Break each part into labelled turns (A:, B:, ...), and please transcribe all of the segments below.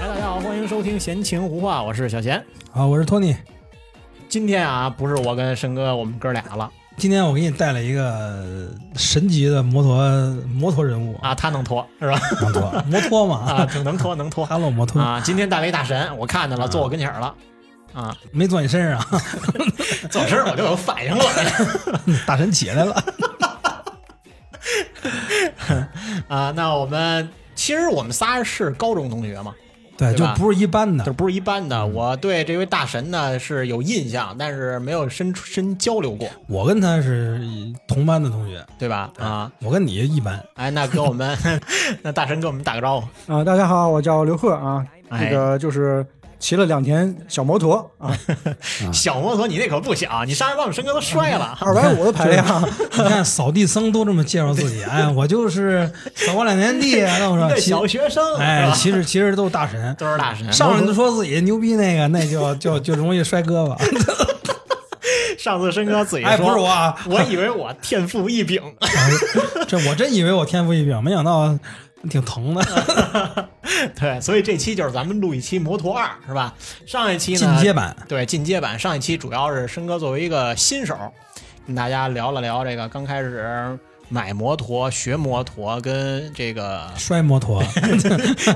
A: 哎好，欢迎收听闲情胡话，我是小贤。
B: 啊，我是托尼。
A: 今天啊，不是我跟申哥我们哥俩了
B: 今天我给你带了一个神级的摩托摩托人物，
A: 啊，他能拖是 吧？
B: 摩托摩托嘛，
A: 啊，挺能拖能拖
B: 哈喽摩托、
A: 啊。今天带了一大神，我看见了，坐我跟前儿了。啊，
B: 没坐你身上，
A: 坐我身上我就有反 应了嗯
B: 大神起来了。
A: 啊。那我们其实我们仨是高中同学嘛，
B: 对，
A: 对
B: 就
A: 吧
B: 不是一般
A: 就
B: 的。
A: 不是一般的。我对这位大神呢是有印象，但是没有深深交流过，
B: 我跟他是同班的同学
A: 对吧？啊，，
B: 我跟你一般。
A: 哎，那跟我们 那大神跟我们打个招呼。
C: 啊、大家好，我叫刘贺啊，
A: 哎
C: 那个就是骑了两天小摩托啊，
A: 小摩托，你那可不小，你上来把我们申哥都摔了。
C: 二百五的排量，
B: 你 看扫地僧都这么介绍自己，哎，我就是扫过两年地，啊那我说
A: 那
B: 其
A: 小学生，
B: 哎，
A: 是吧
B: 其实其实都是大神，
A: 都是大神。
B: 上来就说自己牛逼那个，那就就就容易摔胳膊。
A: 上次申哥自己说，
B: 哎，不是我，啊，
A: 我以为我天赋异禀，
B: 这我真以为我天赋异禀，没想到挺疼的。
A: 对，所以这期就是咱们录一期摩托二，是吧？上一期呢，
B: 进阶版，
A: 对进阶版，上一期主要是申哥作为一个新手，跟大家聊了聊这个刚开始买摩托、学摩托跟这 个
B: 摔摩 托，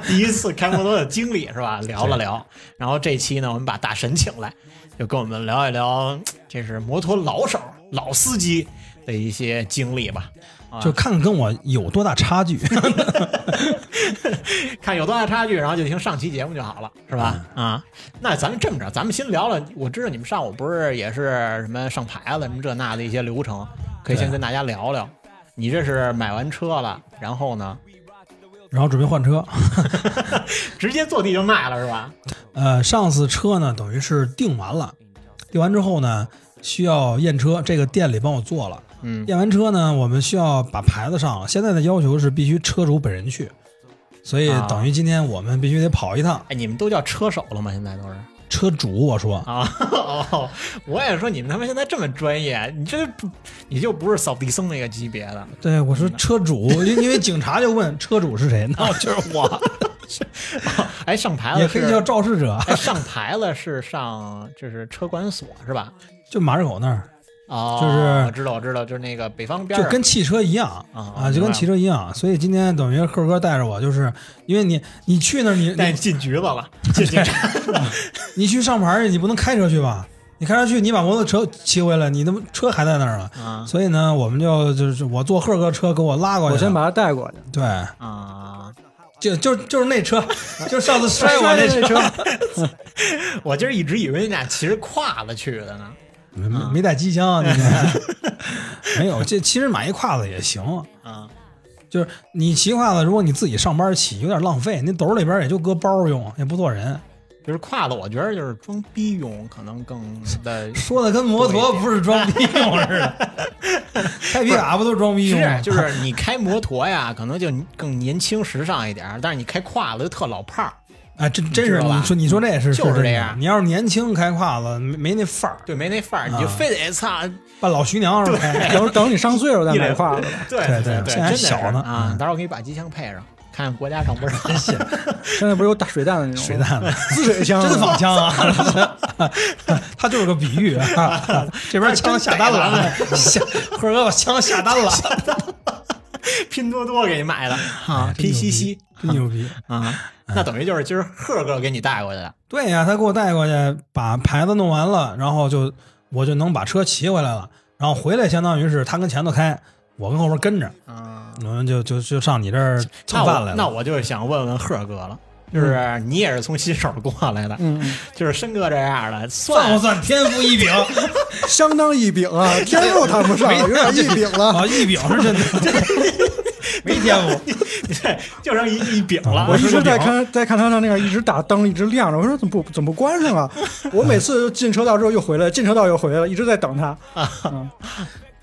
A: 第一次开摩托的经历是吧？聊了聊，然后这期呢，我们把大神请来，就跟我们聊一聊，这是摩托老手、老司机的一些经历吧。啊
B: 就看看跟我有多大 差距。
A: 看有多大差距，然后就听上期节目就好了，是吧？啊，那咱们这么着，咱们先聊聊。我知道你们上午不是也是什么上牌子啊什么这那的一些流程，可以先
B: 对
A: 跟大家聊聊。你这是买完车了，然后呢，
B: 然后准备换车，
A: 直接坐地就卖了是吧？
B: 呃，上次车呢等于是订完了，订完之后呢需要验车，这个店里帮我做了。
A: 嗯
B: 验完车呢，我们需要把牌子上了。现在的要求是必须车主本人去，所以
A: 啊
B: 等于今天我们必须得跑一趟。
A: 哎，你们都叫车手了吗？现在都是
B: 车主，我说
A: 啊、 哦，我也说你们他妈现在这么专业，你这不你就不是扫地僧那个级别的，
B: 对，我说车主，因因为警察就问车主是谁呢？
A: 嗯哦，就是我。哎，上牌子
B: 也可以
A: 是
B: 叫肇事者，
A: 哎，上牌了是上就是车管所是吧？
B: 就马市口那儿，
A: 哦，
B: 就是
A: 我知道，我知道，就是那个北方边
B: 就
A: 儿
B: 跟汽车一样
A: 啊
B: 啊，就跟汽车一样。所以今天等于贺哥带着我，就是因为你你去那儿，你
A: 带
B: 你
A: 你进局子 了，进警察
B: 你去上牌儿，你不能开车去吧？你开车去，你把摩托车骑回来，你的车还在那儿呢。
A: 啊
B: 所以呢，我们就就是我坐贺哥车给我拉过去了，
C: 我先把它 带过去。
B: 对，
A: 啊！
B: 就就就是那车，就是上次摔哎我那
C: 的
B: 车，
C: 车，
A: 我今儿一直以为你俩骑着胯子去的呢。
B: 没没没带机箱、啊，你 这没有。这其实买一胯子也行，
A: 啊，
B: 就是你骑胯子，如果你自己上班骑，有点浪费，那兜里边也就搁包用，也不坐人。
A: 就是胯子，我觉得就是装逼用，可能更 的
B: 说的跟摩托不是装逼用似 的，开皮卡不都是装逼用吗
A: 是，？啊就是你开摩托呀，可能就更年轻时尚一点儿，但是你开胯子就特老炮儿。
B: 哎，真真
A: 你知
B: 是
A: 道吧
B: 你说你说这也是
A: 就是
B: 真的
A: 这样
B: 你要是年轻开胯子，没没那范儿，
A: 对，没那范儿，你就
B: 啊
A: 非得擦，
B: 扮老徐娘似的哎开。
C: 等等你上岁数再
A: 一脸
C: 买胯子吧。
A: 对
B: 对
A: 对
B: 对现在还
A: 真的是
B: 小呢
A: 啊！
B: 嗯
A: 到时候我给你把机箱配上，看看国家上不上。
C: 现在不是有打水弹的那种
B: 水弹子，
C: 滋水枪吗，
B: 真仿 枪啊！他就是个比喻啊， 这边枪下单了，下贺哥把枪下单了，
A: 拼多多给你买的 啊
B: 真牛逼
A: ，PCC
B: 真牛逼！
A: 啊， 那等于就是今儿贺哥给你带过去的
B: 对呀、他给我带过去，把牌子弄完了，然后就我就能把车骑回来了。然后回来相当于是他跟前头开，我跟后边跟着，
A: 啊。
B: 我们就就就上你这儿
A: 那
B: 蹭饭来
A: 我
B: 了。嗯
A: 那我就想问问贺哥了，就是你也是从新手过来的，
C: 嗯，嗯
A: 就是申哥这样的，
B: 算不
A: 算
B: 算天赋异 禀？
C: 相当异禀 啊，天赋谈不上，有点异禀了。
B: 啊，异禀是真 的，没天赋。
A: 对，就剩一一饼了。
B: 啊我
C: 我一
B: 是个
C: 直在
B: 饼
C: 看，在看他那那样一直打灯，一直亮着。我说怎么不怎么不关上 啊？我每次进车道之后又回来，进车道又回来，一直在等他。嗯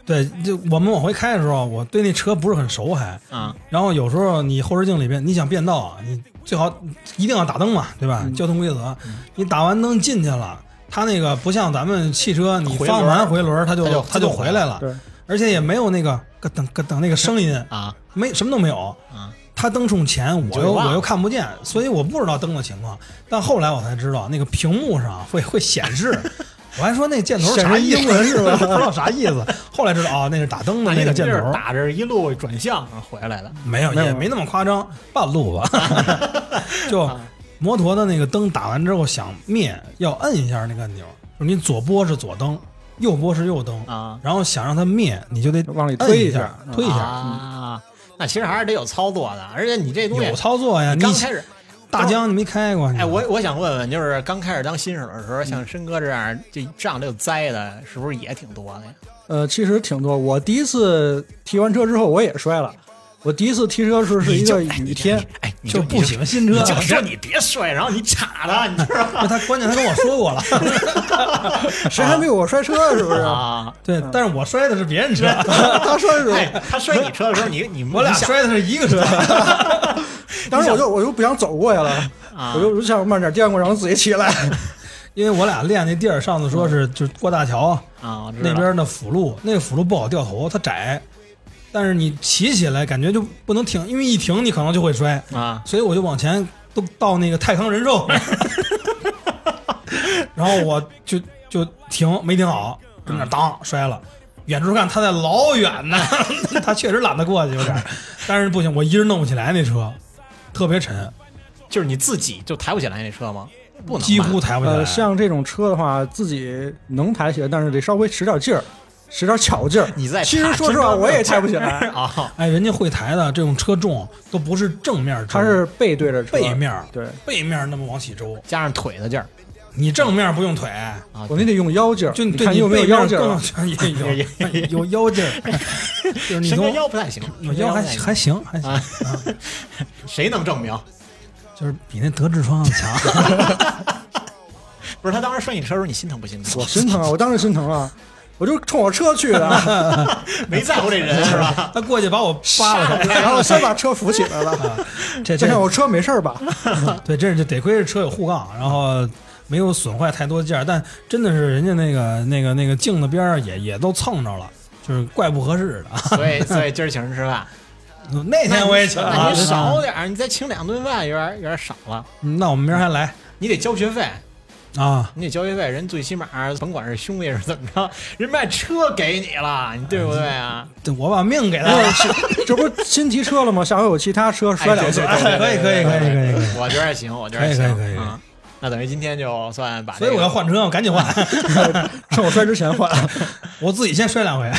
B: 对，就我们往回开的时候，啊我对那车不是很熟还，
A: 啊，
B: 然后有时候你后视镜里边，你想变道啊，你最好一定要打灯嘛，对吧？
A: 嗯
B: 交通规则，你打完灯进去了，它那个不像咱们汽车，你
A: 回轮
B: 放完回轮，
A: 它
B: 它
A: 就
B: 就它就回来了，
C: 对，
B: 而且也没有那个咯噔咯噔那个声音，
A: 啊
B: 没什么都没有
A: 啊。
B: 他灯冲前，我
A: 就
B: 又
A: 忘了
B: 我又看不见，所以我不知道灯的情况。但后来我才知道，那个屏幕上会 会显示。我还说那箭头啥
C: 显示
B: 英文是 吧？不知道啥意思。后来知道哦，那是打灯的
A: 那
B: 那
A: 你
B: 个
A: 怎
B: 箭
A: 么
B: 头
A: 是，打着一路转向啊回来的？
B: 没有
C: 没有
B: 也没那么夸张，半路吧。就摩托的那个灯打完之后想灭，要摁一下那个按钮，就是你左拨是左灯，右拨是右灯
A: 啊
B: 然后想让它灭，你就得
C: 往里
B: 摁
C: 推
B: 一
C: 一下
B: 下，
C: 嗯
B: 推一下。
A: 啊，那其实还是得有操作的，而且你这东西
B: 有操作呀，你嗯
A: 刚开始，
B: 大疆你没开过？你
A: 哎，我我想问问，就是刚开始当新手的时候，
B: 嗯
A: 像申哥这样就上来就栽的，是不是也挺多的呀？
C: 呃，其实挺多。我第一次提完车之后，我也摔了。我第一次提车时候 是
A: 你
C: 一
A: 就
C: 个
A: 哎你
C: 雨
A: 这
C: 天，，
A: 哎，你
B: 就不喜欢新
A: 你
B: 车。
A: 就说你别摔，然后你插他，你知道吗？
B: 他关键他跟我说过了，
C: 谁还没有我摔车？是不是？
A: 啊，
B: 对，但是我摔的是别人车，
C: 他摔是吧？
A: 哎，他摔你车的时候，你你
B: 我俩
A: 你想
B: 摔的是一个车。
C: 当时我就我就不想走过去了，
A: 啊
C: 我就我就想慢点垫过，然后自己起来。
B: 因为我俩练那地儿，上次说是就是过大桥
A: 啊，我知道
B: 那边的辅路，那个辅路不好掉头，它窄，但是你骑起来感觉就不能停，因为一停你可能就会摔，
A: 啊，
B: 所以我就往前都到那个泰康人寿，然后我就就停没停好，跟那儿当摔了。远处看他在老远呢， 他确实懒得过去有点儿，但是不行，我一人弄不起来那车，特别沉，
A: 就是你自己就抬不起来那车吗？不能吧，
B: 几乎抬不起来。
C: 呃，像这种车的话，自己能抬起来，但是得稍微使点劲儿，使点巧劲儿。
A: 你在
C: 其实
A: 爬
C: 说实
A: 真
C: 话，
A: 正的
C: 我也抬不起来，
A: 啊，
B: 哎，人家会抬的这种车重都不是正面重，
C: 它是背对着车。
B: 背面儿，啊
C: 对，
B: 背面儿那么往起周，
A: 加上腿的劲儿
B: 你正面不用腿，
A: 啊，
C: 我那得用腰劲儿，
B: 就
C: 你
B: 对
C: 看
B: 你
C: 有没有
B: 背面
C: 腰劲儿啊？
B: 更有
A: 也也
B: 有腰劲儿，就是你
A: 伸个
B: 从
A: 腰不太行，
B: 我腰
A: 伸个不
B: 还
A: 太行
B: 还行还行
A: 啊
B: 啊，
A: 谁能证明？
B: 就是比那德智双要强。
A: 不是他当时摔你车的时候，你心疼不心疼
C: 我？心疼啊！我当时心疼啊！我就冲我车去啊的，
A: 没在乎这人是吧？
B: 他过去把我扒了他，
C: 然后先把车扶起来了。
B: 这
C: 啊这
B: 这
C: 样我车没事儿吧？
B: 对，这就得亏是车有护杠，然后没有损坏太多件儿，但真的是人家那个那个那个镜子边儿也也都蹭着了，就是怪不合适的。
A: 所以所以今儿请人吃饭，
B: 那天我也请啊
A: 那
B: 了，
A: 你少点儿，你再请两顿饭有点有点少了，
B: 嗯那我们明儿还来
A: 你得交学费，
B: 啊。
A: 你得交学费，人最起码甭管是兄弟是怎么着，人把车给你了，你对不对啊？
B: 对我把命给他了。
C: 这不是新提车了吗？下回有其他车摔两
A: 哎
C: 次
A: 对。对对对对对
B: 可以可以可以可以
A: 对对对我觉得行，我觉得
B: 可以
A: 行，
B: 可以可以
A: 嗯那等于今天就算把，
B: 所以我要。换车，我赶紧换，
C: 趁我摔之前换。
B: 我自己先摔两回，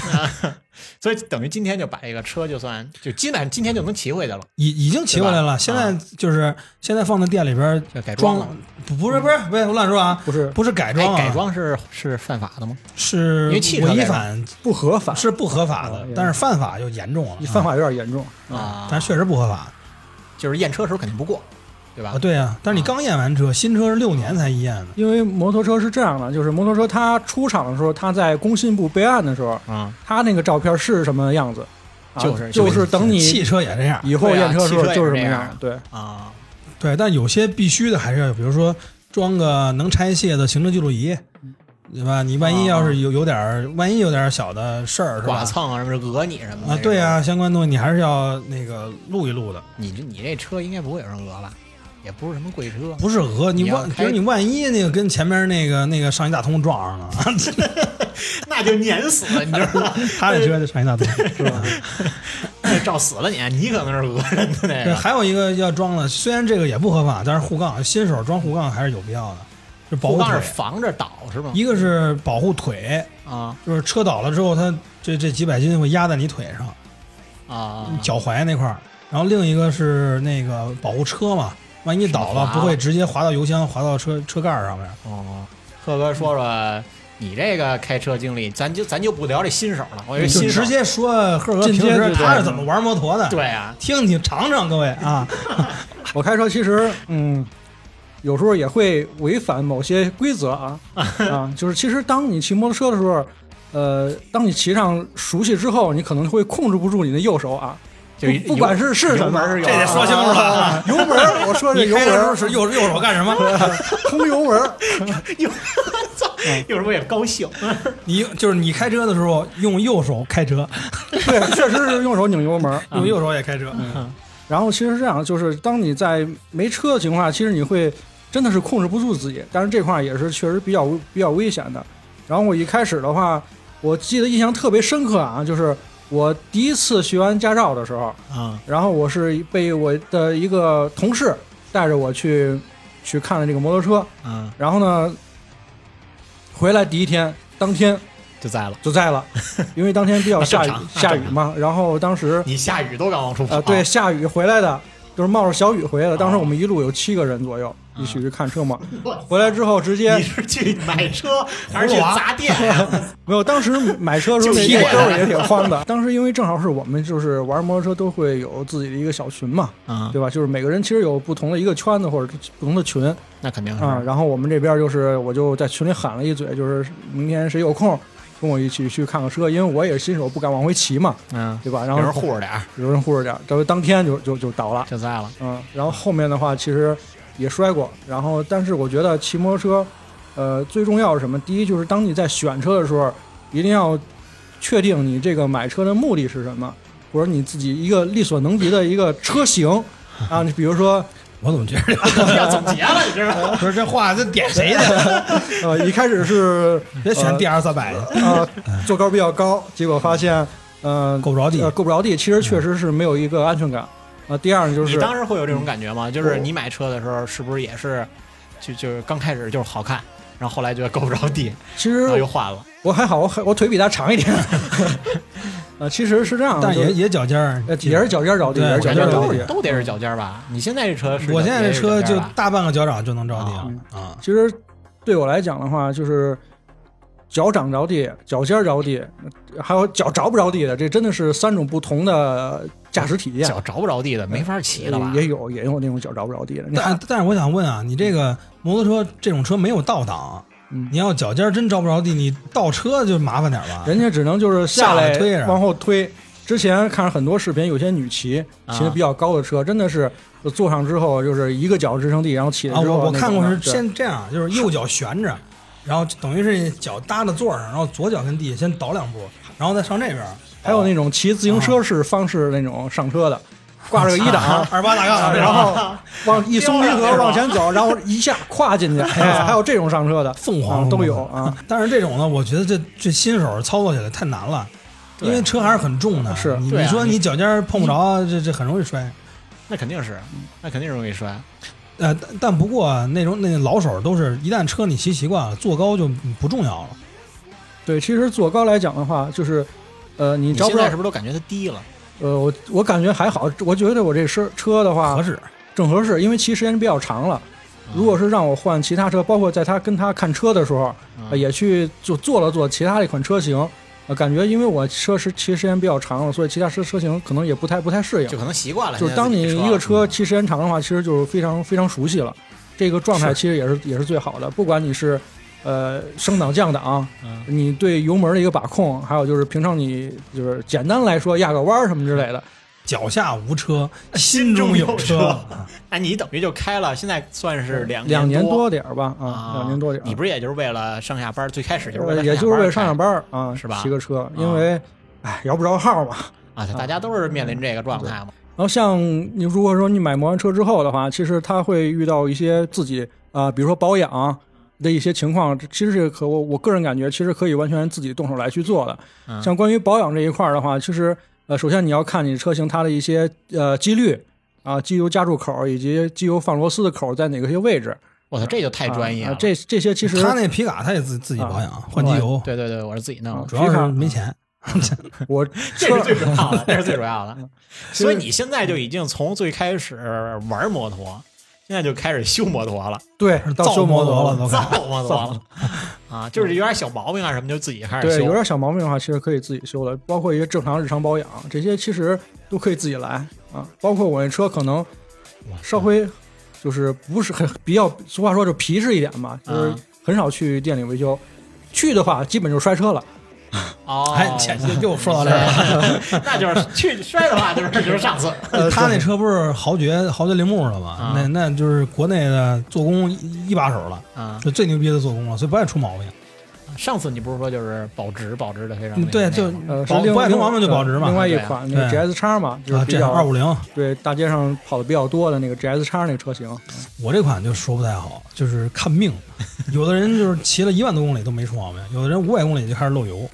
A: 所以等于今天就把这个车就算就基本上今天就能骑回去了，
B: 已已经骑回来了。现在就是现在放在店里边
A: 就改装
B: 装
A: 了。，
B: 不不是不是不是我乱说啊，
C: 不是
B: 不是改
A: 哎
B: 装，啊，
A: 改装是是犯法的吗？
B: 是
A: 因为汽车
B: 违
A: 改装
B: 反
C: 不合法，
B: 是不合法
C: 啊
B: 的
C: 也，
B: 但是犯法就严重了。
C: 你犯法有点严重。
A: 啊
B: 啊，但确实不合法
A: 就是验车时候肯定不过，对吧
B: 啊。？对啊，但是你刚验完车，新车是六年才一验的。
C: 因为摩托车是这样的，就是摩托车它出厂的时候，它在工信部备案的时候，
A: 啊，
C: 它那个照片是什么样子，啊
A: 就是
C: 就是等你
B: 汽车也这样，
C: 以后
A: 对啊
C: 验车的时候
A: 汽车也是
C: 就是什么
A: 这样
C: 样。对，
A: 啊，
B: 对，但有些必须的还是要有，比如说装个能拆卸的行车记录仪，对吧？你万一要是有有点儿，万一有点儿小的事儿是
A: 剐？
B: 吧
A: 蹭啊什么的，讹你什么的
B: 啊，对啊，，相关东西你还是要那个录一录的，
A: 你这你这车应该不会有人讹了，也不是什么贵车，
B: 不是讹
A: 你
B: 你
A: 要
B: 万，
A: 开
B: 比如你万一那个跟前面那个那个上一大通撞上了，
A: 那就碾死了，你知道吗？
B: 他那车就上一大通，是吧？
A: 那照死了你，你可能是讹人的那
B: 对，
A: 个。
B: 还有一个要装的，虽然这个也不合法，但是护杠，新手装护杠还是有必要的，就保
A: 护
B: 护
A: 杠
B: 腿
A: 是。防着倒是吗？
B: 一个是保护腿，
A: 啊
B: 就是车倒了之后，它这这几百斤会压在你腿上，
A: 啊，
B: 脚踝那块儿。然后另一个是那个保护车嘛，万一倒了
A: 滑了
B: 不会直接滑到油箱，滑到车车盖儿上面。
A: 哦，贺哥说说你这个开车经历，咱就咱就不聊这新手了，我觉得
B: 嗯就
A: 新手
B: 直接说赫哥
C: 进
B: 平
C: 阶
B: 时
C: 对
B: 他是怎么玩摩托的，
A: 对啊，
B: 听听尝尝各位啊，
C: 我开车其实嗯，有时候也会违反某些规则 啊啊，就是其实当你骑摩托车的时候。呃，当你骑上熟悉之后，你可能会控制不住你的右手啊，
A: 就
C: 不不管是是什
A: 油
C: 么，啊
A: 门是有
B: 这得说清楚了。
C: 油门儿，我说这
B: 你
C: 油
B: 开
C: 门
B: 的时
C: 儿
B: 候是右右手干什么？
C: 通油门儿，
A: 有时候也高兴，
B: 嗯你就是你开车的时候用右手开车，
A: 啊
C: 对，确实是用手拧油门儿。
A: 嗯
B: 用右手也开车。
C: 然后其实是这样，就是当你在没车的情况下，其实你会真的是控制不住自己，但是这块儿也是确实比较比较危险的。然后我一开始的话，我记得印象特别深刻啊，就是我第一次学完驾照的时候，
A: 啊
C: 然后我是被我的一个同事带着我去去看了这个摩托车，
A: 啊，
C: 然后呢，回来第一天当天
A: 就在了。
C: 就在了，因为当天比较下雨
A: 那正常
C: 下雨嘛，然后当时
A: 你下雨都敢往 出跑？
C: 啊，对，下雨回来的，就是冒着小雨回来的。当时我们一路有七个人左右一起去看车嘛。回来之后直接
A: 啊你是去买 车还是去砸店？
B: 嗯
C: 没有，当时买车的时 候
A: 就
C: 那
A: 一
C: 那
A: 个
C: 哥们儿
A: 人
C: 也挺慌的。当时因为正好是我们就是玩摩托车都会有自己的一个小群嘛，
A: 啊，
C: 对吧？就是每个人其实有不同的一个圈子或者不同的群
A: 那肯定
C: 啊。
B: 嗯
A: 是。
C: 然后我们这边就是我就在群里喊了一嘴，就是明天谁有空跟我一起去看个车，因为我也是新手，不敢往回骑嘛，
A: 嗯，
C: 对吧？
A: 有
C: 然
A: 人
C: 后
A: 护着点儿
C: 有人护着点儿，然后当天就就就倒了。
A: 就在 了。
C: 嗯，然后后面的话其实也摔过，然后但是我觉得骑摩托车，呃，最重要是什么？第一就是当你在选车的时候，一定要确定你这个买车的目的是什么，或者你自己一个力所能及的一个车型啊，你比如说
B: 我怎么觉得
A: 要总结了，你知道吗？
B: 不是这话这点谁 的？
C: 呃，一开始是
B: 别选 D 二三百的，
C: 呃坐高比较高，结果发现呃
B: 够不着地
C: 呃。够不着地，其实确实是没有一个安全感啊、第二就
A: 你
C: 是
A: 当时会有这种感觉吗？就是你买车的时候，是不是也是就就是刚开始就是好看，然后后来觉得够不着地，
C: 其
A: 然
C: 实
A: 后又换了。
C: 我还好，我还我腿比他长一点。 呃，其实是这样的，
B: 但
C: 就是
B: 也也脚尖儿
C: 呃，，也是脚尖儿着地，
B: 对
A: 我
C: 也是脚
A: 感
C: 尖
A: 觉
C: 儿嗯
A: 都
C: 着
A: 是
C: 地。
A: 都得是脚尖儿吧？你现在这车是脚，
B: 我现在
A: 也
B: 这
A: 是脚
B: 车
A: 尖
B: 就
A: 儿吧
B: 大半个脚掌就能着地
A: 啊
B: 了啊！
C: 其实对我来讲的话，就是脚掌着地、脚尖儿着地，还有脚着不着地的，这真的是三种不同的驾驶体验。
A: 脚着不着地的，没法骑了吧
C: 呃？也有也有那种脚着不着地的，你看
B: 但但是我想问啊，你这个摩托车这种车没有倒档
C: 嗯，
B: 你要脚尖儿真着不着地，你倒车就麻烦点儿吧？
C: 人家只能就是下
B: 下来推
C: 来
B: 着
C: 往后推。之前看很多视频，有些女骑
A: 啊
C: 骑的比较高的车，真的是就坐上之后就是一个脚支撑地，然后起来
B: 啊，
C: 之后
B: 我我
C: 那
B: 看
C: 种
B: 过是
C: 的对
B: 先这样，就是右脚悬 着，然后就等于是脚搭在座上，然后左脚跟地先倒两步，然后再上这边。，
C: 还有那种骑自行车式方式那种上车的，挂着 个一档
B: 啊二八大杠，
C: 然后往一松离合往前走，然后一下跨进去，哎还有这种上车的，
B: 凤凰
C: 啊都有啊。
B: 但是这种呢，我觉得这这新手操作起来太难了，
A: 对
B: 因为车还是很重的。
C: 是
B: 你
A: 对啊
B: 你说
A: 你
B: 你脚尖碰不着，啊这这很容易摔。
A: 那肯定是，那肯定容易摔。
B: 呃，但但不过那种那老手都是一旦车你骑习惯了，坐高就不重要了。
C: 对，其实坐高来讲的话，就是，呃，你
A: 你
C: 着
A: 现
C: 不
A: 在
C: 着
A: 是？不是都感觉它低了？
C: 呃，我我感觉还好，我觉得我这车车的话
B: 合适，
C: 正合适，因为骑时间比较长了。
A: 嗯
C: 如果是让我换其他车，包括在他跟他看车的时候，
A: 啊
C: 呃也去就做了做其他的一款车型。呃，感觉因为我车时骑时间比较长了，所以其他车车型可能也不太不太适应。
A: 就可能习惯了。嗯
C: 就是当你一个车骑时间长的话，其实就是非常非常熟悉了，这个状态
B: 是
C: 其实也是也是最好的。不管你是呃升档降档，
A: 嗯
C: 你对油门的一个把控，还有就是平常你就是简单来说压个弯儿什么之类的，
B: 脚下无车，
A: 心
B: 心
A: 中
B: 中有
A: 有车
B: 车。
A: 那你等于就开了，现在算是两
C: 嗯两
A: 年
C: 年多点儿吧啊
A: 啊，，
C: 两年多点儿。
A: 你不是也就是为了上下班，最开始就是为
C: 呃
A: 了
C: 也就是为了上下
A: 班
C: 班儿啊，
A: 是吧
C: 骑个车，因为哎摇不着号嘛。
A: 开啊，大家都是
C: 嗯
A: 面临这个状态嘛。
C: 然后像你如果说你买摩托车之后的话，其实他会遇到一些自己啊、比如说保养的一些情况，这其实是可我我个人感觉，其实可以完全自己动手来去做的。
A: 嗯
C: 像关于保养这一块儿的话，其实呃，首先你要看你车型它的一些呃机滤啊、机油加注口以及机油放螺丝的口在哪个些位置，
A: 我操，这就太专业
C: 啊
A: 了。
C: 啊这这些其实
B: 他那皮卡他也自自己保养，换机油，
A: 对对对，我是自己弄的，
B: 主要是没钱。
C: 我
A: 这
C: 车
A: 是最主要的，这是最主要的。 所以你现在就已经从最开始玩摩托，现在就开始修摩托了，
C: 对到
B: 造
C: 修
B: 摩
C: 摩
B: 托
C: 托
B: 了，都
A: 造
B: 快。
A: 摩托了啊，就是有点小毛病啊什么，就自己开始
C: 对，有
A: 修。
C: 点小毛病的话，其实可以自己修的，包括一些正常日常保养，这些其实都可以自己来啊。包括我那车可能稍微就是不是 很比较，俗话说就皮实一点吧，
B: 啊
C: 就是
A: 嗯
C: 很少去店里维修。去的话，基本就摔车了。
A: 哦，啊哎
B: 哎，前又说 到这儿了。
A: 那就是去摔的话，就是就是上次
B: 他那车不是豪爵豪爵铃木了吗
A: 啊？
B: 那那就是国内的做工一一把手了，
A: 啊，
B: 就最牛逼的做工了，所以不爱出毛病。
A: 上次你不是说就是保值保值的非常
B: 嗯
A: 那
B: 对，
A: 个
B: 就
C: 呃，是
B: 保
C: 另
B: 不
C: 外
B: 爱
C: 另
B: 跟
C: 外
B: 王八就保值嘛
C: 另外一
A: 对啊
C: 款那个
B: 对
C: GS 叉嘛，就是
B: 啊，
C: 比
B: 这
C: 较
B: 二五零，
C: 对大街上跑的比较多的那个 GS 叉那个车型，
B: 我这款就说不太好，就是看命。有的人就是骑了一万多公里都没出毛病，有的人五百公里就开始漏油，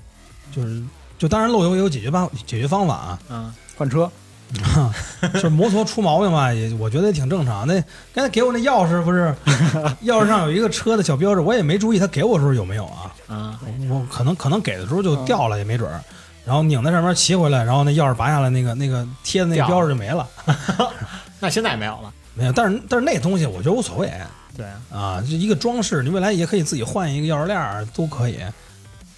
B: 就是就当然漏油也有解决办解决方法啊，
A: 嗯
C: 换车
B: 就是摩托出毛病吧，也我觉得也挺正常。那刚才给我那钥匙不是，钥匙上有一个车的小标志，我也没注意他给我的时候有没有啊？
A: 啊
B: 我可能可能给的时候就掉了，也没准儿。然后拧在上面骑回来，然后那钥匙拔下来，那个那个贴的那个
A: 掉了
B: 标志就没了。
A: 那现在也没有了。
B: 没有，但是但是那东西我觉得无所谓
A: 对啊，
B: 啊，就一个装饰，你未来也可以自己换一个钥匙链儿都可以，